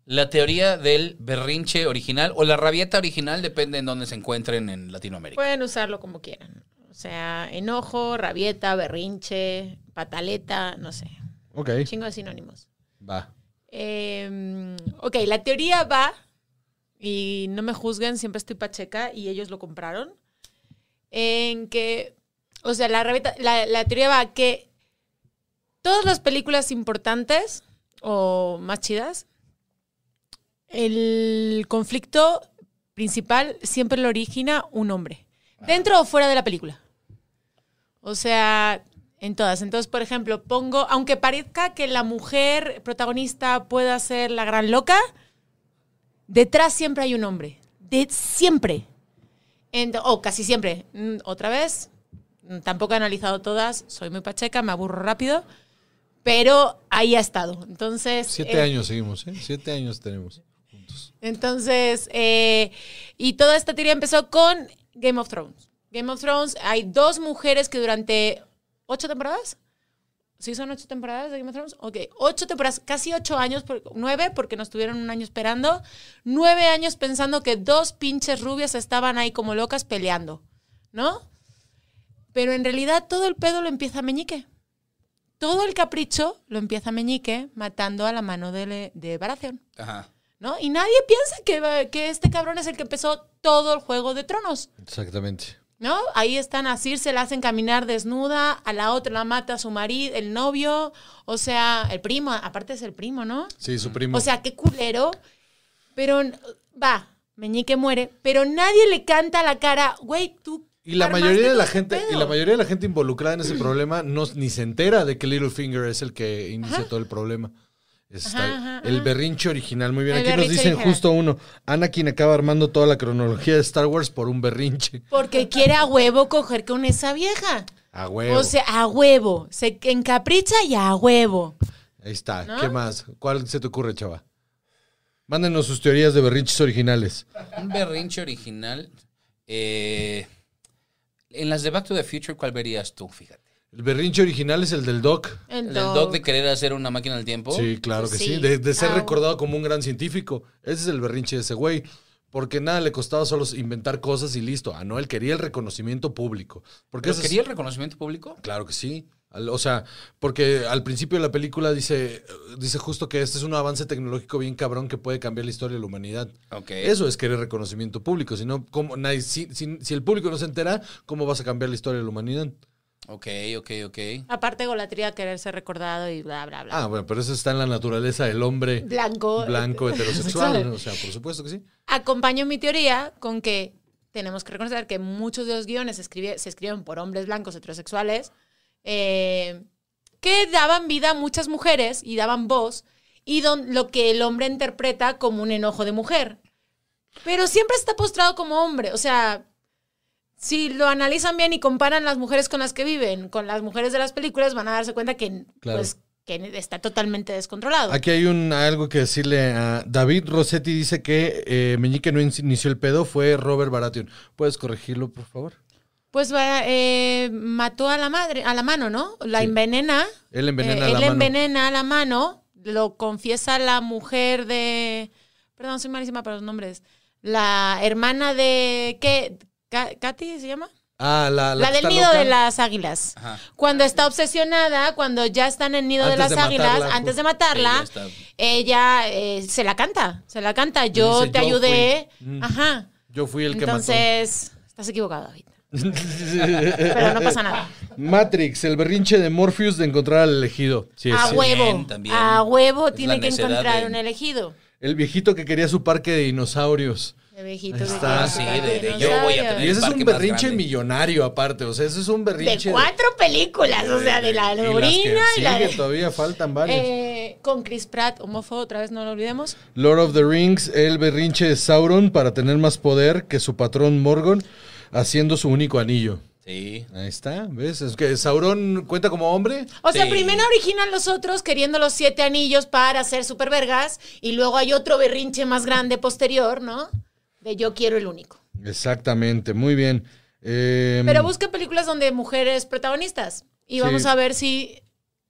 Speaker 4: la teoría del berrinche original o la rabieta original, depende en dónde se encuentren en Latinoamérica.
Speaker 5: Pueden usarlo como quieran. O sea, enojo, rabieta, berrinche, pataleta, no sé.
Speaker 2: Ok.
Speaker 5: Chingo de sinónimos.
Speaker 2: Va.
Speaker 5: Eh, ok, la teoría va, y no me juzguen, siempre estoy pacheca y ellos lo compraron, en que, o sea, la, rabeta- la, la teoría va que todas las películas importantes o más chidas, el conflicto principal siempre lo origina un hombre, dentro o fuera de la película. O sea, en todas. Entonces, por ejemplo, pongo, aunque parezca que la mujer protagonista pueda ser la gran loca, detrás siempre hay un hombre. De siempre. Ent- o casi siempre. Mm, Otra vez, mm, tampoco he analizado todas, soy muy pacheca, me aburro rápido, pero ahí ha estado. Entonces...
Speaker 2: Siete
Speaker 5: eh,
Speaker 2: años seguimos, ¿eh? Siete años tenemos juntos.
Speaker 5: entonces, eh, y toda esta teoría empezó con Game of Thrones. Game of Thrones, hay dos mujeres que durante ocho temporadas, ¿sí son ocho temporadas de Game of Thrones? Ok, ocho temporadas, casi ocho años, por- nueve, porque nos tuvieron un año esperando, nueve años pensando que dos pinches rubias estaban ahí como locas peleando, ¿no? Pero en realidad todo el pedo lo empieza Meñique. Todo el capricho lo empieza Meñique matando a la mano de, Le- de Baratheon.
Speaker 4: Ajá.
Speaker 5: ¿no? Y nadie piensa que, va- que este cabrón es el que empezó todo el Juego de Tronos,
Speaker 2: Exactamente.
Speaker 5: ¿no? Ahí están a Circe, la hacen caminar desnuda, a la otra la mata su marido, el novio, o sea, el primo, aparte es el primo, ¿no?
Speaker 2: Sí,
Speaker 4: Ah.
Speaker 2: su primo.
Speaker 5: O sea, qué culero. Pero n- va, Meñique muere, pero nadie le canta a la cara, güey, tú.
Speaker 2: y la
Speaker 5: armaste
Speaker 2: mayoría de
Speaker 5: todo
Speaker 2: la
Speaker 5: este
Speaker 2: gente, y
Speaker 5: pedo".
Speaker 2: la mayoría de la gente involucrada en
Speaker 5: [CLEARS THROAT]
Speaker 2: ese problema no ni se entera de que Littlefinger es el que inicia todo el problema. Está
Speaker 5: Ajá, ajá,
Speaker 2: el
Speaker 5: ajá.
Speaker 2: berrinche original, muy bien.
Speaker 5: El
Speaker 2: Aquí nos
Speaker 5: berrinche
Speaker 2: dicen
Speaker 5: original.
Speaker 2: justo uno. Anakin acaba armando toda la cronología de Star Wars por un berrinche.
Speaker 5: Porque quiere a huevo coger con esa vieja.
Speaker 2: A huevo.
Speaker 5: O sea, a huevo. Se encapricha y a huevo.
Speaker 2: Ahí está.
Speaker 5: ¿No?
Speaker 2: ¿Qué más? ¿Cuál se te ocurre, chava? Mándenos sus teorías de berrinches originales.
Speaker 4: Un berrinche original. eh, en las de Back to the Future, ¿cuál verías tú? Fíjate.
Speaker 2: El berrinche original es el del Doc.
Speaker 4: El del Doc de querer hacer una máquina del tiempo.
Speaker 2: Sí, claro que sí.
Speaker 5: Sí.
Speaker 2: De, de ser
Speaker 5: Ah.
Speaker 2: recordado como un gran científico. Ese es el berrinche de ese güey. Porque nada le costaba solo inventar cosas y listo. Ah, no, él quería el reconocimiento público. Porque
Speaker 4: ¿Pero
Speaker 2: eso es-
Speaker 4: quería el reconocimiento público?
Speaker 2: Claro que sí. Al- O sea, porque al principio de la película dice, dice justo que este es un avance tecnológico bien cabrón que puede cambiar la historia de la humanidad.
Speaker 4: Ok.
Speaker 2: Eso es querer reconocimiento público. Si, no, ¿cómo? Nadie- si, si- si el público no se entera, ¿cómo vas a cambiar la historia de la humanidad?
Speaker 4: Ok, ok, ok.
Speaker 5: Aparte, golatría, querer ser recordado y bla, bla, bla.
Speaker 2: Ah, bueno, pero eso está en la naturaleza del hombre
Speaker 5: Blanco.
Speaker 2: blanco heterosexual. [LAUGHS]
Speaker 5: Sexual.
Speaker 2: ¿no? O sea, por supuesto que sí.
Speaker 5: Acompaño mi teoría con que tenemos que reconocer que muchos de los guiones se, escribe- se escribieron por hombres blancos heterosexuales eh, que daban vida a muchas mujeres y daban voz y don- lo que el hombre interpreta como un enojo de mujer. Pero siempre está postrado como hombre. O sea, si lo analizan bien y comparan las mujeres con las que viven, con las mujeres de las películas, van a darse cuenta que,
Speaker 2: Claro.
Speaker 5: pues, que está totalmente descontrolado.
Speaker 2: Aquí hay un, algo que decirle a David Rossetti. Dice que eh, Meñique no inició el pedo, fue Robert Baratheon. ¿Puedes corregirlo, por favor?
Speaker 5: Pues va, eh, mató a la madre, a la mano, ¿no? La
Speaker 2: Sí.
Speaker 5: envenena.
Speaker 2: Él envenena
Speaker 5: Eh,
Speaker 2: la
Speaker 5: él
Speaker 2: mano.
Speaker 5: envenena a la mano. Lo confiesa la mujer de. Perdón, soy malísima para los nombres. La hermana de. ¿Qué? Ca- ¿Katy se llama?
Speaker 2: Ah, la, la
Speaker 5: La
Speaker 2: que
Speaker 5: del
Speaker 2: está
Speaker 5: nido
Speaker 2: loca.
Speaker 5: de las águilas.
Speaker 4: Ajá.
Speaker 5: Cuando está obsesionada, cuando ya está en el nido
Speaker 2: Antes
Speaker 5: de
Speaker 2: de
Speaker 5: las águilas,
Speaker 2: matarla. pues,
Speaker 5: antes de
Speaker 4: Ella
Speaker 5: matarla,
Speaker 4: está-
Speaker 5: ella eh, se la canta, se la canta. Yo
Speaker 2: dice,
Speaker 5: te
Speaker 2: "Yo
Speaker 5: ayudé.
Speaker 2: fui". Mm.
Speaker 5: Ajá.
Speaker 2: Yo fui el que
Speaker 5: Entonces, estás equivocado, David.
Speaker 2: mató.
Speaker 5: Pero no pasa nada.
Speaker 2: [LAUGHS] Matrix, el berrinche de Morpheus de encontrar al elegido. Sí,
Speaker 5: a
Speaker 2: sí.
Speaker 5: huevo.
Speaker 4: también.
Speaker 5: A huevo
Speaker 4: Es
Speaker 5: tiene
Speaker 4: la
Speaker 5: que
Speaker 4: necedad
Speaker 5: encontrar
Speaker 4: de-
Speaker 5: un elegido.
Speaker 2: El viejito que quería su parque de dinosaurios.
Speaker 5: De viejito.
Speaker 2: Ahí
Speaker 5: de
Speaker 2: está.
Speaker 5: que-
Speaker 2: Ah, sí,
Speaker 4: de- de yo voy a tener-
Speaker 2: Y
Speaker 4: El
Speaker 2: ese es un
Speaker 4: parque más
Speaker 2: berrinche
Speaker 4: grande.
Speaker 2: millonario aparte, o sea, ese es un berrinche.
Speaker 5: De cuatro películas, o sea, de la
Speaker 2: Y las que
Speaker 5: orina y la
Speaker 2: siguen,
Speaker 5: de-
Speaker 2: todavía faltan varios.
Speaker 5: Eh, con Chris Pratt, homófobo, otra vez no lo olvidemos.
Speaker 2: Lord of the Rings, el berrinche de Sauron para tener más poder que su patrón Morgon, haciendo su único anillo.
Speaker 4: Sí.
Speaker 2: Ahí está, ¿ves? Es que Sauron cuenta como hombre.
Speaker 5: O sea,
Speaker 4: Sí.
Speaker 5: primero originan los otros queriendo los siete anillos para ser super vergas y luego hay otro berrinche más grande posterior, ¿no? De yo quiero el único.
Speaker 2: Exactamente, muy bien. Em,
Speaker 5: Pero busca películas donde mujeres protagonistas y vamos
Speaker 2: Sí.
Speaker 5: a ver si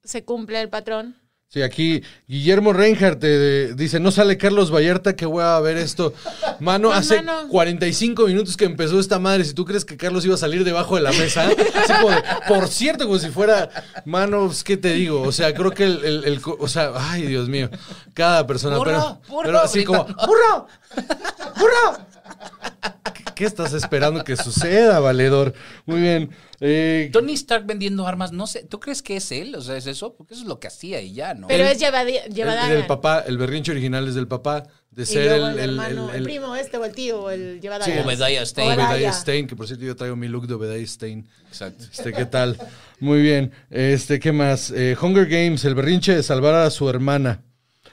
Speaker 5: se cumple el patrón.
Speaker 2: Sí, aquí Guillermo Reinhardt eh, dice, no sale Carlos Vallarta, que voy a ver esto. Mano,
Speaker 5: Pues,
Speaker 2: hace
Speaker 5: mano.
Speaker 2: 45 minutos que empezó esta madre, si tú crees que Carlos iba a salir debajo de la mesa, así como de, por cierto, como si fuera, mano, pues, ¿qué te digo? O sea, creo que el, el- el co- o sea, ay, Dios mío, cada persona,
Speaker 4: Burro,
Speaker 2: pero,
Speaker 4: burro,
Speaker 2: pero así como,
Speaker 4: gritando.
Speaker 2: ¡burro! ¡burro! ¿Qué- ¿Qué estás esperando que suceda, valedor? Muy bien. eh,
Speaker 4: Tony Stark vendiendo armas, no sé, ¿tú crees que es él? O sea, es eso, porque eso es lo que hacía y ya, ¿no?
Speaker 5: Pero
Speaker 2: El-
Speaker 5: es llevada.
Speaker 2: el,
Speaker 5: llevada
Speaker 2: del papá, el berrinche original es del papá, de
Speaker 5: y
Speaker 2: ser
Speaker 5: luego
Speaker 2: el-
Speaker 5: el,
Speaker 2: el-
Speaker 5: hermano,
Speaker 2: el-
Speaker 5: el,
Speaker 2: el-
Speaker 5: primo este o el tío o el llevada.
Speaker 2: Sí,
Speaker 4: Obadiah Stane.
Speaker 5: Obadiah.
Speaker 2: Obadiah Stein, que por cierto yo traigo mi look de Obadiah Stein.
Speaker 4: Exacto.
Speaker 2: Este, ¿qué tal? Muy bien. Este, ¿qué más? Eh, Hunger Games, el berrinche de salvar a su hermana.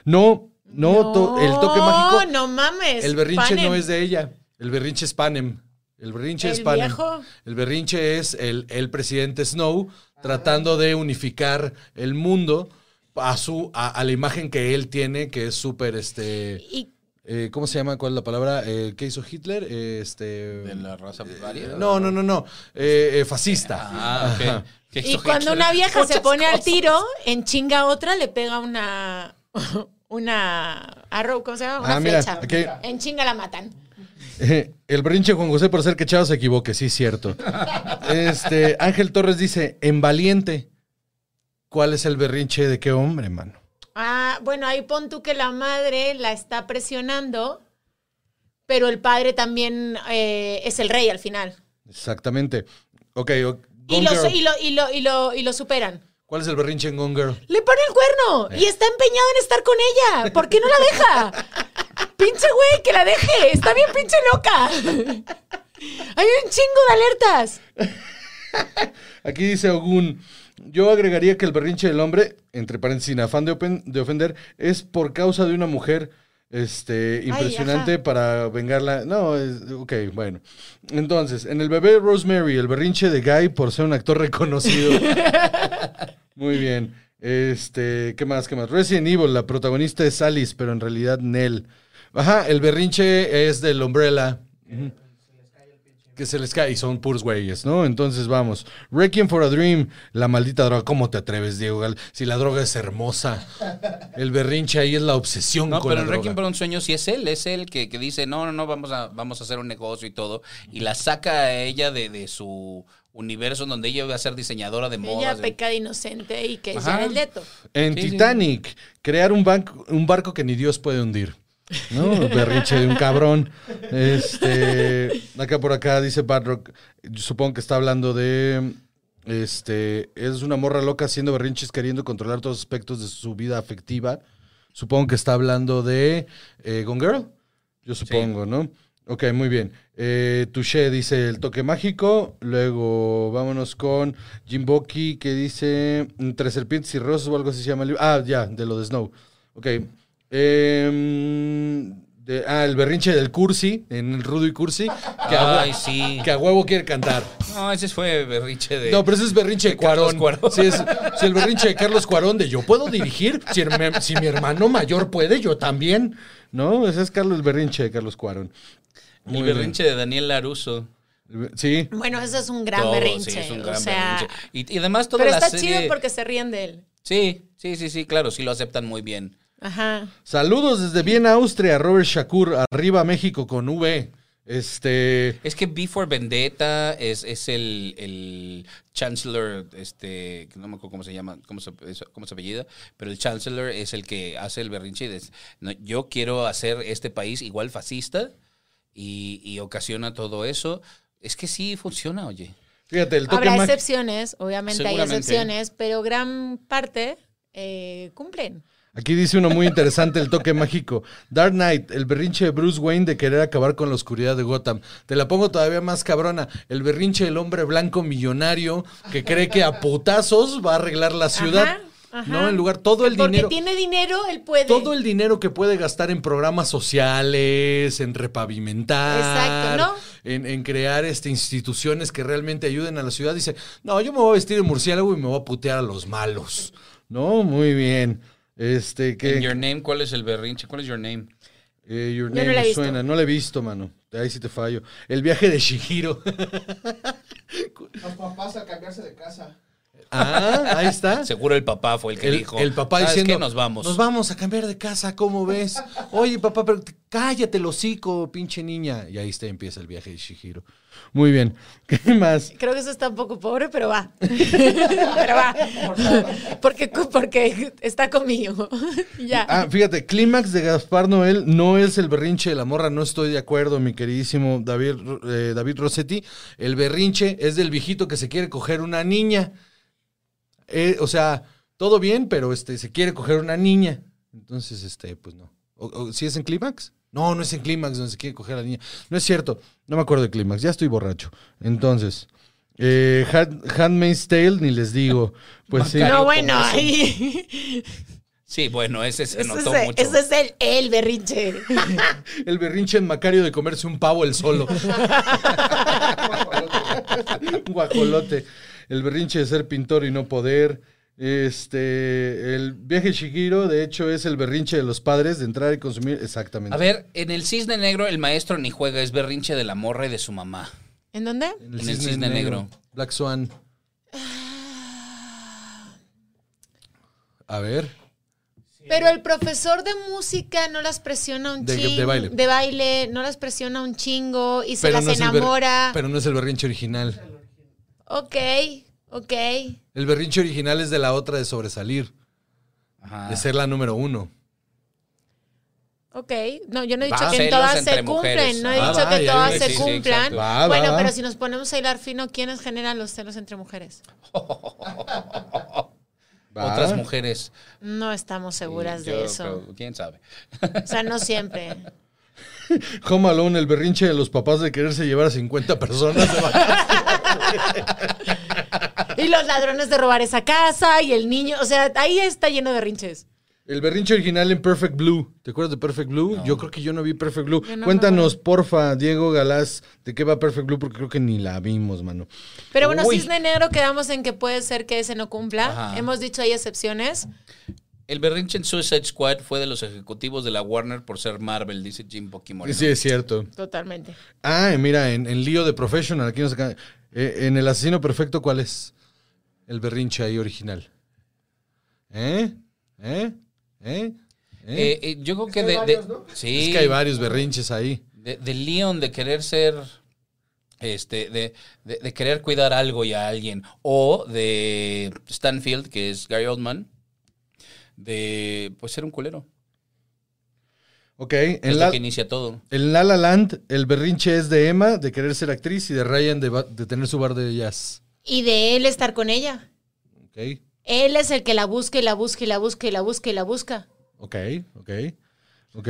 Speaker 2: No, no, to- el toque mágico.
Speaker 5: No, no mames.
Speaker 2: el berrinche
Speaker 5: Panem.
Speaker 2: no es de ella. El berrinche es Panem. El berrinche es
Speaker 5: El
Speaker 2: Panem.
Speaker 5: viejo.
Speaker 2: El berrinche es el, el presidente Snow tratando de unificar el mundo a su a, a la imagen que él tiene, que es súper este.
Speaker 5: Y
Speaker 2: eh, ¿Cómo se llama? ¿Cuál es la palabra? Eh, ¿Qué hizo Hitler? Eh, este.
Speaker 4: De la raza primaria.
Speaker 2: Eh, No, no, no, no. Eh, eh, fascista.
Speaker 4: Ah, ok.
Speaker 2: [LAUGHS] Ajá.
Speaker 4: ¿Qué
Speaker 5: Y
Speaker 4: hizo [LAUGHS]
Speaker 5: cuando
Speaker 4: Hitler?
Speaker 5: una vieja se
Speaker 4: Muchas
Speaker 5: pone al
Speaker 4: cosas.
Speaker 5: tiro, en chinga a otra, le pega una. [LAUGHS] Una. Arrow, ¿cómo se llama? Una
Speaker 2: Ah, mira,
Speaker 5: flecha.
Speaker 2: aquí.
Speaker 5: En chinga la matan.
Speaker 2: Eh, el berrinche de Juan José por hacer que Chava se equivoque, sí, cierto. Este, Ángel Torres dice, en valiente, ¿cuál es el berrinche de qué hombre, mano?
Speaker 5: Ah, bueno, ahí pon tú que la madre la está presionando, pero el padre también eh, es el rey al final.
Speaker 2: Exactamente. Ok, o-
Speaker 5: Y
Speaker 2: Gone
Speaker 5: lo,
Speaker 2: Girl.
Speaker 5: y, lo, y, lo, y, lo, y lo superan.
Speaker 2: ¿Cuál es el berrinche en Gone Girl?
Speaker 5: Le pone el cuerno y está empeñado en estar con ella. ¿Por qué no la deja? Pinche güey, que la deje. Está bien pinche loca. Hay un chingo de alertas.
Speaker 2: Aquí dice Ogun, yo agregaría que el berrinche del hombre, entre paréntesis, sin afán de, open- de ofender, es por causa de una mujer este, impresionante
Speaker 5: ajá.
Speaker 2: para vengarla. No, es, ok, bueno. Entonces, en el bebé Rosemary, el berrinche de Guy por ser un actor reconocido. Muy bien. Este, ¿qué más? ¿Qué más? Resident Evil, la protagonista es Alice, pero en realidad Nell. Ajá, el berrinche es del Umbrella. Ujú. Que se les cae y son puros güeyes, ¿no? Entonces vamos. Requiem for a Dream, la maldita droga. ¿Cómo te atreves, Diego? Gal? Si la droga es hermosa. El berrinche ahí es la obsesión
Speaker 4: No,
Speaker 2: con
Speaker 4: pero
Speaker 2: la
Speaker 4: en
Speaker 2: droga.
Speaker 4: Requiem para un sueño sí es él, es él que, que dice, no, no, no, vamos a, vamos a hacer un negocio y todo. Y la saca a ella de, de su universo donde ella iba a ser diseñadora de
Speaker 5: Ella
Speaker 4: modas. de-
Speaker 5: peca de inocente y que
Speaker 4: Ajá.
Speaker 5: ya el deto.
Speaker 2: En
Speaker 4: Sí, sí.
Speaker 2: Titanic, crear un, banco, un barco que ni Dios puede hundir.
Speaker 4: [LAUGHS]
Speaker 2: ¿No? El Berrinche de un cabrón. Este, acá por acá dice Bad Rock, supongo que está hablando de. Este, es una morra loca haciendo berrinches, queriendo controlar todos los aspectos de su vida afectiva. Supongo que está hablando de eh, Gone Girl. Yo supongo, ¿no? Ok, muy bien. Eh, Touché dice el toque mágico. Luego vámonos con Jimboki que dice Entre serpientes y rosas o algo así se llama el libro. Ah, ya, de lo de Snow. Ok. Em, de- ah, el berrinche del Cursi, en el Rudo y Cursi, que, a hue-
Speaker 4: Ay, sí.
Speaker 2: que a huevo quiere cantar.
Speaker 4: No, ese fue berrinche de...
Speaker 2: No, pero ese es berrinche de
Speaker 4: de Carlos
Speaker 2: Cuarón.
Speaker 4: Cuarón.
Speaker 2: Sí, es, sí, el berrinche de Carlos Cuarón de yo puedo dirigir, si, me- si mi hermano mayor puede, yo también. No, ese es Carlos el berrinche de Carlos Cuarón.
Speaker 4: el
Speaker 2: Muy
Speaker 4: berrinche de Daniel Laruso.
Speaker 2: bien. Sí.
Speaker 5: Bueno, eso es un gran
Speaker 4: Todo,
Speaker 5: berrinche.
Speaker 4: sí, es un
Speaker 5: o
Speaker 4: gran
Speaker 5: sea,
Speaker 4: berrinche. Y, y además toda
Speaker 5: pero
Speaker 4: la
Speaker 5: está
Speaker 4: serie-
Speaker 5: chido porque se ríen de él.
Speaker 4: Sí, sí, sí, sí, claro, sí lo aceptan muy bien.
Speaker 5: Ajá.
Speaker 2: Saludos desde Viena, Austria, Robert Shakur, arriba México con V. Este.
Speaker 4: Es que Before Vendetta es, es el, el Chancellor, este, que no me acuerdo cómo se llama, cómo se, eso- cómo se apellida, pero el Chancellor es el que hace el berrinche y dice, "No, yo quiero hacer este país igual fascista y, y ocasiona todo eso. Es que sí funciona, oye.
Speaker 2: Fíjate, el toque
Speaker 5: Habrá
Speaker 2: más.
Speaker 5: excepciones, obviamente hay
Speaker 4: Seguramente.
Speaker 5: excepciones, pero gran parte eh, cumplen.
Speaker 2: Aquí dice uno muy interesante, el toque mágico. Dark Knight, el berrinche de Bruce Wayne de querer acabar con la oscuridad de Gotham. Te la pongo todavía más cabrona. El berrinche del hombre blanco millonario que cree que a putazos va a arreglar la ciudad.
Speaker 5: Ajá, ajá.
Speaker 2: No, en lugar, todo el
Speaker 5: Porque
Speaker 2: dinero.
Speaker 5: tiene dinero, él puede.
Speaker 2: Todo el dinero que puede gastar en programas sociales, en repavimentar,
Speaker 5: Exacto, ¿no?
Speaker 2: en, en crear este, instituciones que realmente ayuden a la ciudad, dice, no, yo me voy a vestir de murciélago y me voy a putear a los malos. No, muy bien. Este, que
Speaker 4: En Your Name, ¿cuál es el berrinche? ¿Cuál es Your Name?
Speaker 2: eh, Your
Speaker 5: Yo no
Speaker 2: Name
Speaker 5: la he
Speaker 2: me
Speaker 5: visto.
Speaker 2: suena, no la he visto, mano. Ahí sí te fallo. El viaje de Shihiro.
Speaker 6: Los papás al cambiarse de casa.
Speaker 2: ah, ahí
Speaker 4: [LAUGHS]
Speaker 2: está.
Speaker 4: Seguro el papá fue el que
Speaker 2: el,
Speaker 4: dijo.
Speaker 2: el papá
Speaker 4: "¿Sabes
Speaker 2: diciendo,
Speaker 4: qué? nos vamos.
Speaker 2: Nos vamos a cambiar de casa, ¿cómo
Speaker 4: [LAUGHS]
Speaker 2: ves? Oye, papá, pero te- cállate el hocico, pinche niña. Y ahí está, empieza el viaje de Shihiro. Muy bien. [LAUGHS] ¿Qué más?
Speaker 5: Creo que eso está un poco pobre, pero va. [LAUGHS] pero va. Porque, porque está conmigo. [LAUGHS] ya.
Speaker 2: Ah, fíjate, clímax de Gaspar Noel no es el berrinche de la morra, no estoy de acuerdo, mi queridísimo David, eh, David Rossetti. El berrinche es del viejito que se quiere coger una niña. Eh, o sea, todo bien, pero este, se quiere coger una niña. Entonces, este, pues no. O, ¿Si es en clímax? No, no es en clímax donde se quiere coger a la niña. No es cierto, no me acuerdo de clímax, ya estoy borracho. Entonces, eh, Hand- Handmaid's Tale, ni les digo.
Speaker 5: [LAUGHS]
Speaker 2: Pues sí.
Speaker 4: Macario.
Speaker 5: no, bueno,
Speaker 4: como eso.
Speaker 5: ahí.
Speaker 4: Sí, bueno, ese se
Speaker 5: Ese es,
Speaker 4: notó
Speaker 5: el-
Speaker 4: mucho.
Speaker 5: ese es el, el berrinche.
Speaker 2: El berrinche en Macario de comerse un pavo el
Speaker 5: [LAUGHS]
Speaker 2: solo. Un guajolote. El berrinche de ser pintor y no poder. Este, el viaje Shigiro, de hecho, es el berrinche de los padres de entrar y consumir. Exactamente.
Speaker 4: A ver, en el Cisne Negro el maestro ni juega, es berrinche de la morra y de su mamá.
Speaker 5: ¿En dónde?
Speaker 4: en el cisne negro.
Speaker 2: Black Swan. A ver.
Speaker 5: Pero el profesor de música no las presiona un
Speaker 2: De-
Speaker 5: chingo.
Speaker 2: de baile.
Speaker 5: De baile, no las presiona un chingo y se las
Speaker 2: no es el ber-
Speaker 5: enamora.
Speaker 2: pero no es el berrinche original.
Speaker 5: Ok, ok.
Speaker 2: El berrinche original es de la otra de sobresalir,
Speaker 4: Ajá. [LAUGHS]
Speaker 2: de ser la número uno.
Speaker 5: Ok, no, yo no he
Speaker 4: Va.
Speaker 5: dicho que
Speaker 4: Celos
Speaker 5: en todas
Speaker 4: entre
Speaker 5: se
Speaker 4: mujeres.
Speaker 5: cumplen, no he
Speaker 2: Ah,
Speaker 5: dicho
Speaker 2: va,
Speaker 5: que
Speaker 2: ya,
Speaker 5: todas
Speaker 2: ya,
Speaker 5: se
Speaker 2: sí, sí,
Speaker 5: cumplan.
Speaker 4: exacto.
Speaker 2: Va,
Speaker 5: bueno,
Speaker 2: va.
Speaker 5: pero si nos ponemos a hilar fino, ¿quiénes generan los celos entre mujeres?
Speaker 2: Va.
Speaker 4: Otras mujeres.
Speaker 5: No estamos seguras
Speaker 4: Yo
Speaker 5: de eso.
Speaker 4: creo- ¿Quién sabe?
Speaker 5: O sea, no siempre.
Speaker 2: Home Alone, el berrinche de los papás de quererse llevar a 50
Speaker 4: [LAUGHS]
Speaker 2: personas. de vaca-
Speaker 5: Y los ladrones de robar esa casa y el niño, o sea, ahí está lleno de rinches.
Speaker 2: el berrinche original en Perfect Blue. ¿Te acuerdas de Perfect Blue? Yo creo que yo no vi Perfect Blue.
Speaker 5: Yo no me
Speaker 2: Cuéntanos, porfa, Diego Galás, de qué va Perfect Blue, porque creo que ni la vimos, mano.
Speaker 5: Pero bueno,
Speaker 4: Uy.
Speaker 5: Cisne Negro quedamos en que puede ser que ese no cumpla.
Speaker 4: Ajá.
Speaker 5: Hemos dicho hay excepciones.
Speaker 4: El berrinche en Suicide Squad fue de los ejecutivos de la Warner por ser Marvel, dice Jim Pokimori.
Speaker 2: Sí, es cierto.
Speaker 5: Totalmente.
Speaker 2: Ah, mira, en, en Lío de Professional, aquí nos acaba- eh, en El Asesino Perfecto, ¿cuál es el berrinche ahí original? ¿Eh? ¿Eh? ¿Eh? ¿Eh?
Speaker 4: yo creo que de, de- sí,
Speaker 2: es que hay varios berrinches ahí.
Speaker 4: de, de Leon de querer ser este de, de- de querer cuidar algo y a alguien o de Stanfield que es Gary Oldman de pues ser un culero.
Speaker 2: Ok,
Speaker 4: Es
Speaker 2: en
Speaker 4: lo
Speaker 2: la...
Speaker 4: Este que inicia todo.
Speaker 2: En La La Land, el berrinche es de Emma de querer ser actriz y de Ryan de, ba- de tener su bar de jazz.
Speaker 5: Y de él estar con ella.
Speaker 2: Ok,
Speaker 5: Él es el que la busca y la busca y la busca y la busca y la busca.
Speaker 2: ok, ok, ok.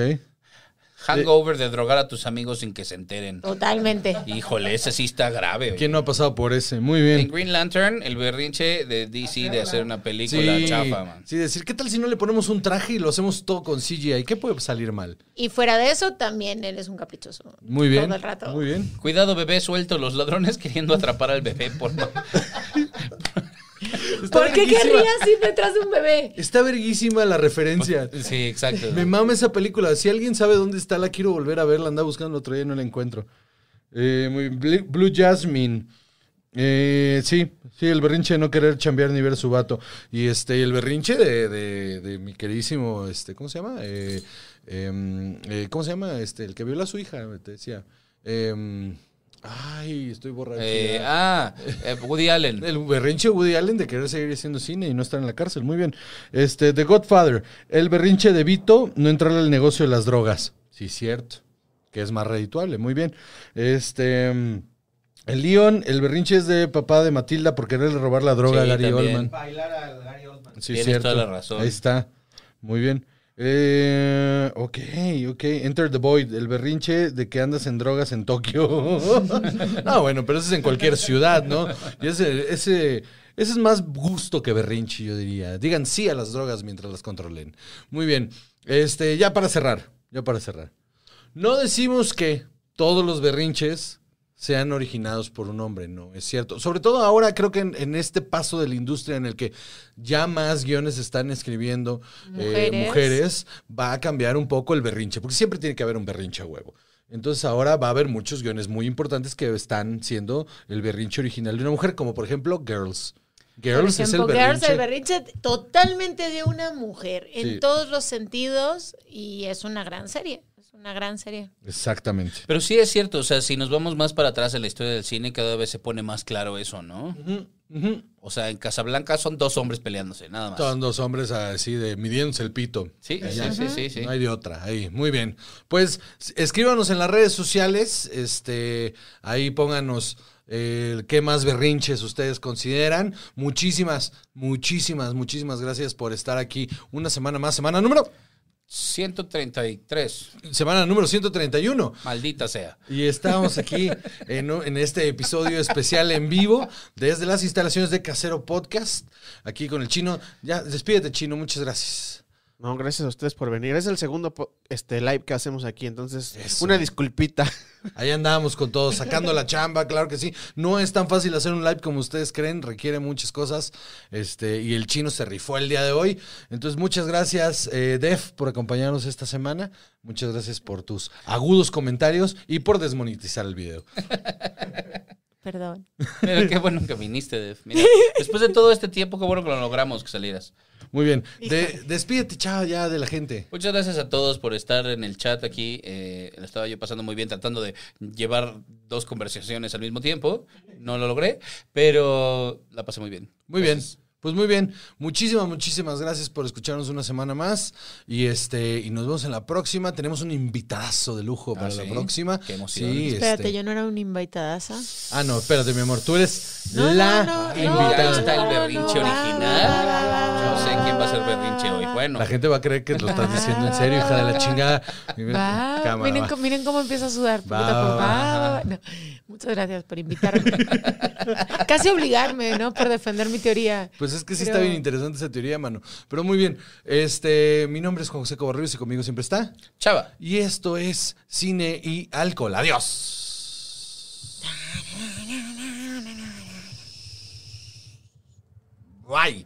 Speaker 4: Hangover de drogar a tus amigos sin que se
Speaker 5: Oh.
Speaker 4: enteren.
Speaker 5: Totalmente.
Speaker 4: Híjole, ese sí está grave. oye.
Speaker 2: ¿Quién no ha pasado por ese? Muy
Speaker 4: En
Speaker 2: bien.
Speaker 4: Green Lantern, el berrinche de DC de hacer una película chafa, man.
Speaker 2: sí, decir, ¿qué tal si no le ponemos un traje y lo hacemos todo con CGI? ¿Qué puede salir mal?
Speaker 5: Y fuera de eso, también él es un caprichoso.
Speaker 2: Muy bien.
Speaker 5: Todo el rato.
Speaker 2: Muy bien.
Speaker 4: Cuidado, bebé suelto, los ladrones [LAUGHS] queriendo atrapar al bebé por
Speaker 2: [LAUGHS]
Speaker 5: ¿Por qué querrías ir detrás de un bebé?
Speaker 2: Está verguísima la referencia.
Speaker 4: [LAUGHS] Sí, exacto.
Speaker 2: Me mama esa película. Si alguien sabe dónde está, la quiero volver a ver. La andaba buscando el otro día y no la encuentro. Eh, muy- Bli- Blue Jasmine. Eh, sí, sí, el berrinche de no querer chambear ni ver su vato. Y este, el berrinche de, de- de mi queridísimo, este, ¿cómo se llama? Eh, em, eh, ¿Cómo se llama? Este, el que viola a su hija, te decía. em, ay, estoy borracho.
Speaker 4: Eh,
Speaker 2: ya.
Speaker 4: ah, eh, Woody Allen.
Speaker 2: El berrinche de Woody Allen de querer seguir haciendo cine y no estar en la cárcel. Muy bien. Este, The Godfather. El berrinche de Vito no entrar al negocio de las drogas. Sí, cierto. Que es más redituable. Muy bien. Este. mm, El Leon, el berrinche es de papá de Matilda por quererle robar la droga
Speaker 4: Sí,
Speaker 2: a Gary
Speaker 4: también.
Speaker 2: Oldman.
Speaker 7: Bailar al Gary Oldman.
Speaker 2: Sí,
Speaker 4: Tienes
Speaker 2: cierto.
Speaker 4: toda la razón.
Speaker 2: Ahí está. Muy bien. Eh, ok, ok. Enter the Void, el berrinche de que andas en drogas en Tokio. [LAUGHS] ah, bueno, pero eso es en cualquier ciudad, ¿no? Y ese, ese, ese es más gusto que berrinche, yo diría. Digan sí a las drogas mientras las controlen. Muy bien. Este, ya para cerrar, ya para cerrar. No decimos que todos los berrinches sean originados por un hombre, no, es cierto. Sobre todo ahora creo que en, en este paso de la industria en el que ya más guiones están escribiendo eh,
Speaker 5: Mujeres.
Speaker 2: mujeres, va a cambiar un poco el berrinche, porque siempre tiene que haber un berrinche a huevo. Entonces ahora va a haber muchos guiones muy importantes que están siendo el berrinche original de una mujer, como por ejemplo Girls. [LAUGHS]
Speaker 5: Por
Speaker 2: Girls es el
Speaker 5: ejemplo,
Speaker 2: berrinche.
Speaker 5: Girls, el berrinche totalmente de una mujer, en
Speaker 2: Sí.
Speaker 5: todos los sentidos, y es una gran serie, es una gran serie.
Speaker 2: Exactamente.
Speaker 4: Pero sí es cierto, o sea, si nos vamos más para atrás en la historia del cine, cada vez se pone más claro eso, ¿no?
Speaker 2: Ujú, ujú.
Speaker 4: O sea, en Casablanca son dos hombres peleándose, nada más.
Speaker 2: Son dos hombres así de midiéndose el pito.
Speaker 4: Sí,
Speaker 2: Y
Speaker 4: sí,
Speaker 2: ya.
Speaker 4: sí, sí, sí.
Speaker 2: No hay de otra. Ahí, muy bien. Pues s- escríbanos en las redes sociales. Este, ahí pónganos eh, qué más berrinches ustedes consideran. Muchísimas, muchísimas, muchísimas gracias por estar aquí una semana más. Semana número,
Speaker 4: 133,
Speaker 2: semana número 131.
Speaker 4: maldita sea.
Speaker 2: Y estamos
Speaker 4: [LAUGHS]
Speaker 2: aquí en, un- en este episodio especial en vivo desde las instalaciones de Casero Podcast. Aquí con el chino. Ya, despídete, chino. Muchas gracias.
Speaker 6: No, gracias a ustedes por venir. Es el segundo po- este live que hacemos aquí, entonces
Speaker 2: Eso.
Speaker 6: una disculpita.
Speaker 2: Ahí andábamos con todo, sacando la chamba, claro que sí. No es tan fácil hacer un live como ustedes creen, requiere muchas cosas. Este, y el chino se rifó el día de hoy. Entonces, muchas gracias, eh, Def, por acompañarnos esta semana. Muchas gracias por tus agudos comentarios y por desmonetizar el video.
Speaker 5: Perdón.
Speaker 4: Mira, qué bueno que viniste, Def. Mira, después de todo este tiempo, qué bueno que lo logramos que salieras.
Speaker 2: Muy
Speaker 5: [LAUGHS]
Speaker 2: bien. De- despídete, chao, ya de la gente.
Speaker 4: Muchas gracias a todos por estar en el chat aquí. Eh, lo estaba yo pasando muy bien tratando de llevar dos conversaciones al mismo tiempo. No lo logré, pero la pasé muy bien.
Speaker 2: Muy
Speaker 4: Gracias.
Speaker 2: bien. Pues muy bien. Muchísimas, muchísimas gracias por escucharnos una semana más. Y este, y nos vemos en la próxima. Tenemos un invitadazo de lujo para
Speaker 4: Ah, sí.
Speaker 2: la próxima.
Speaker 4: Qué emoción.
Speaker 2: Sí,
Speaker 5: Espérate,
Speaker 2: este-
Speaker 5: yo no era una invitadaza.
Speaker 2: Ah, no, espérate, mi amor. Tú eres
Speaker 5: No,
Speaker 2: la
Speaker 5: no, no,
Speaker 4: Ahí
Speaker 2: invitada.
Speaker 4: está el berrinche
Speaker 5: no, no,
Speaker 4: original.
Speaker 5: va, va, va, va,
Speaker 4: No sé quién va a ser
Speaker 5: va,
Speaker 4: berrinche hoy. Bueno,
Speaker 2: La gente va a creer que lo estás diciendo en serio, hija de la chingada.
Speaker 5: Va,
Speaker 2: Cámara,
Speaker 5: miren,
Speaker 2: va.
Speaker 5: cómo- miren cómo empiezo a sudar. poquito
Speaker 2: Va,
Speaker 5: a poco.
Speaker 2: va,
Speaker 5: Va, va, va. No, Muchas gracias por
Speaker 2: [LAUGHS]
Speaker 5: invitarme. Casi obligarme, ¿no? Por defender mi teoría.
Speaker 2: Pues es que sí
Speaker 5: Pero-
Speaker 2: está bien interesante esa teoría, mano. Pero muy bien. Este, mi nombre es Juan José Cobarrios y conmigo siempre está.
Speaker 4: chava.
Speaker 2: Y esto es Cine y Alcohol. Adiós.
Speaker 1: Voy
Speaker 2: Bye.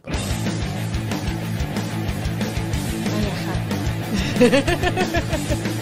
Speaker 1: a dejar.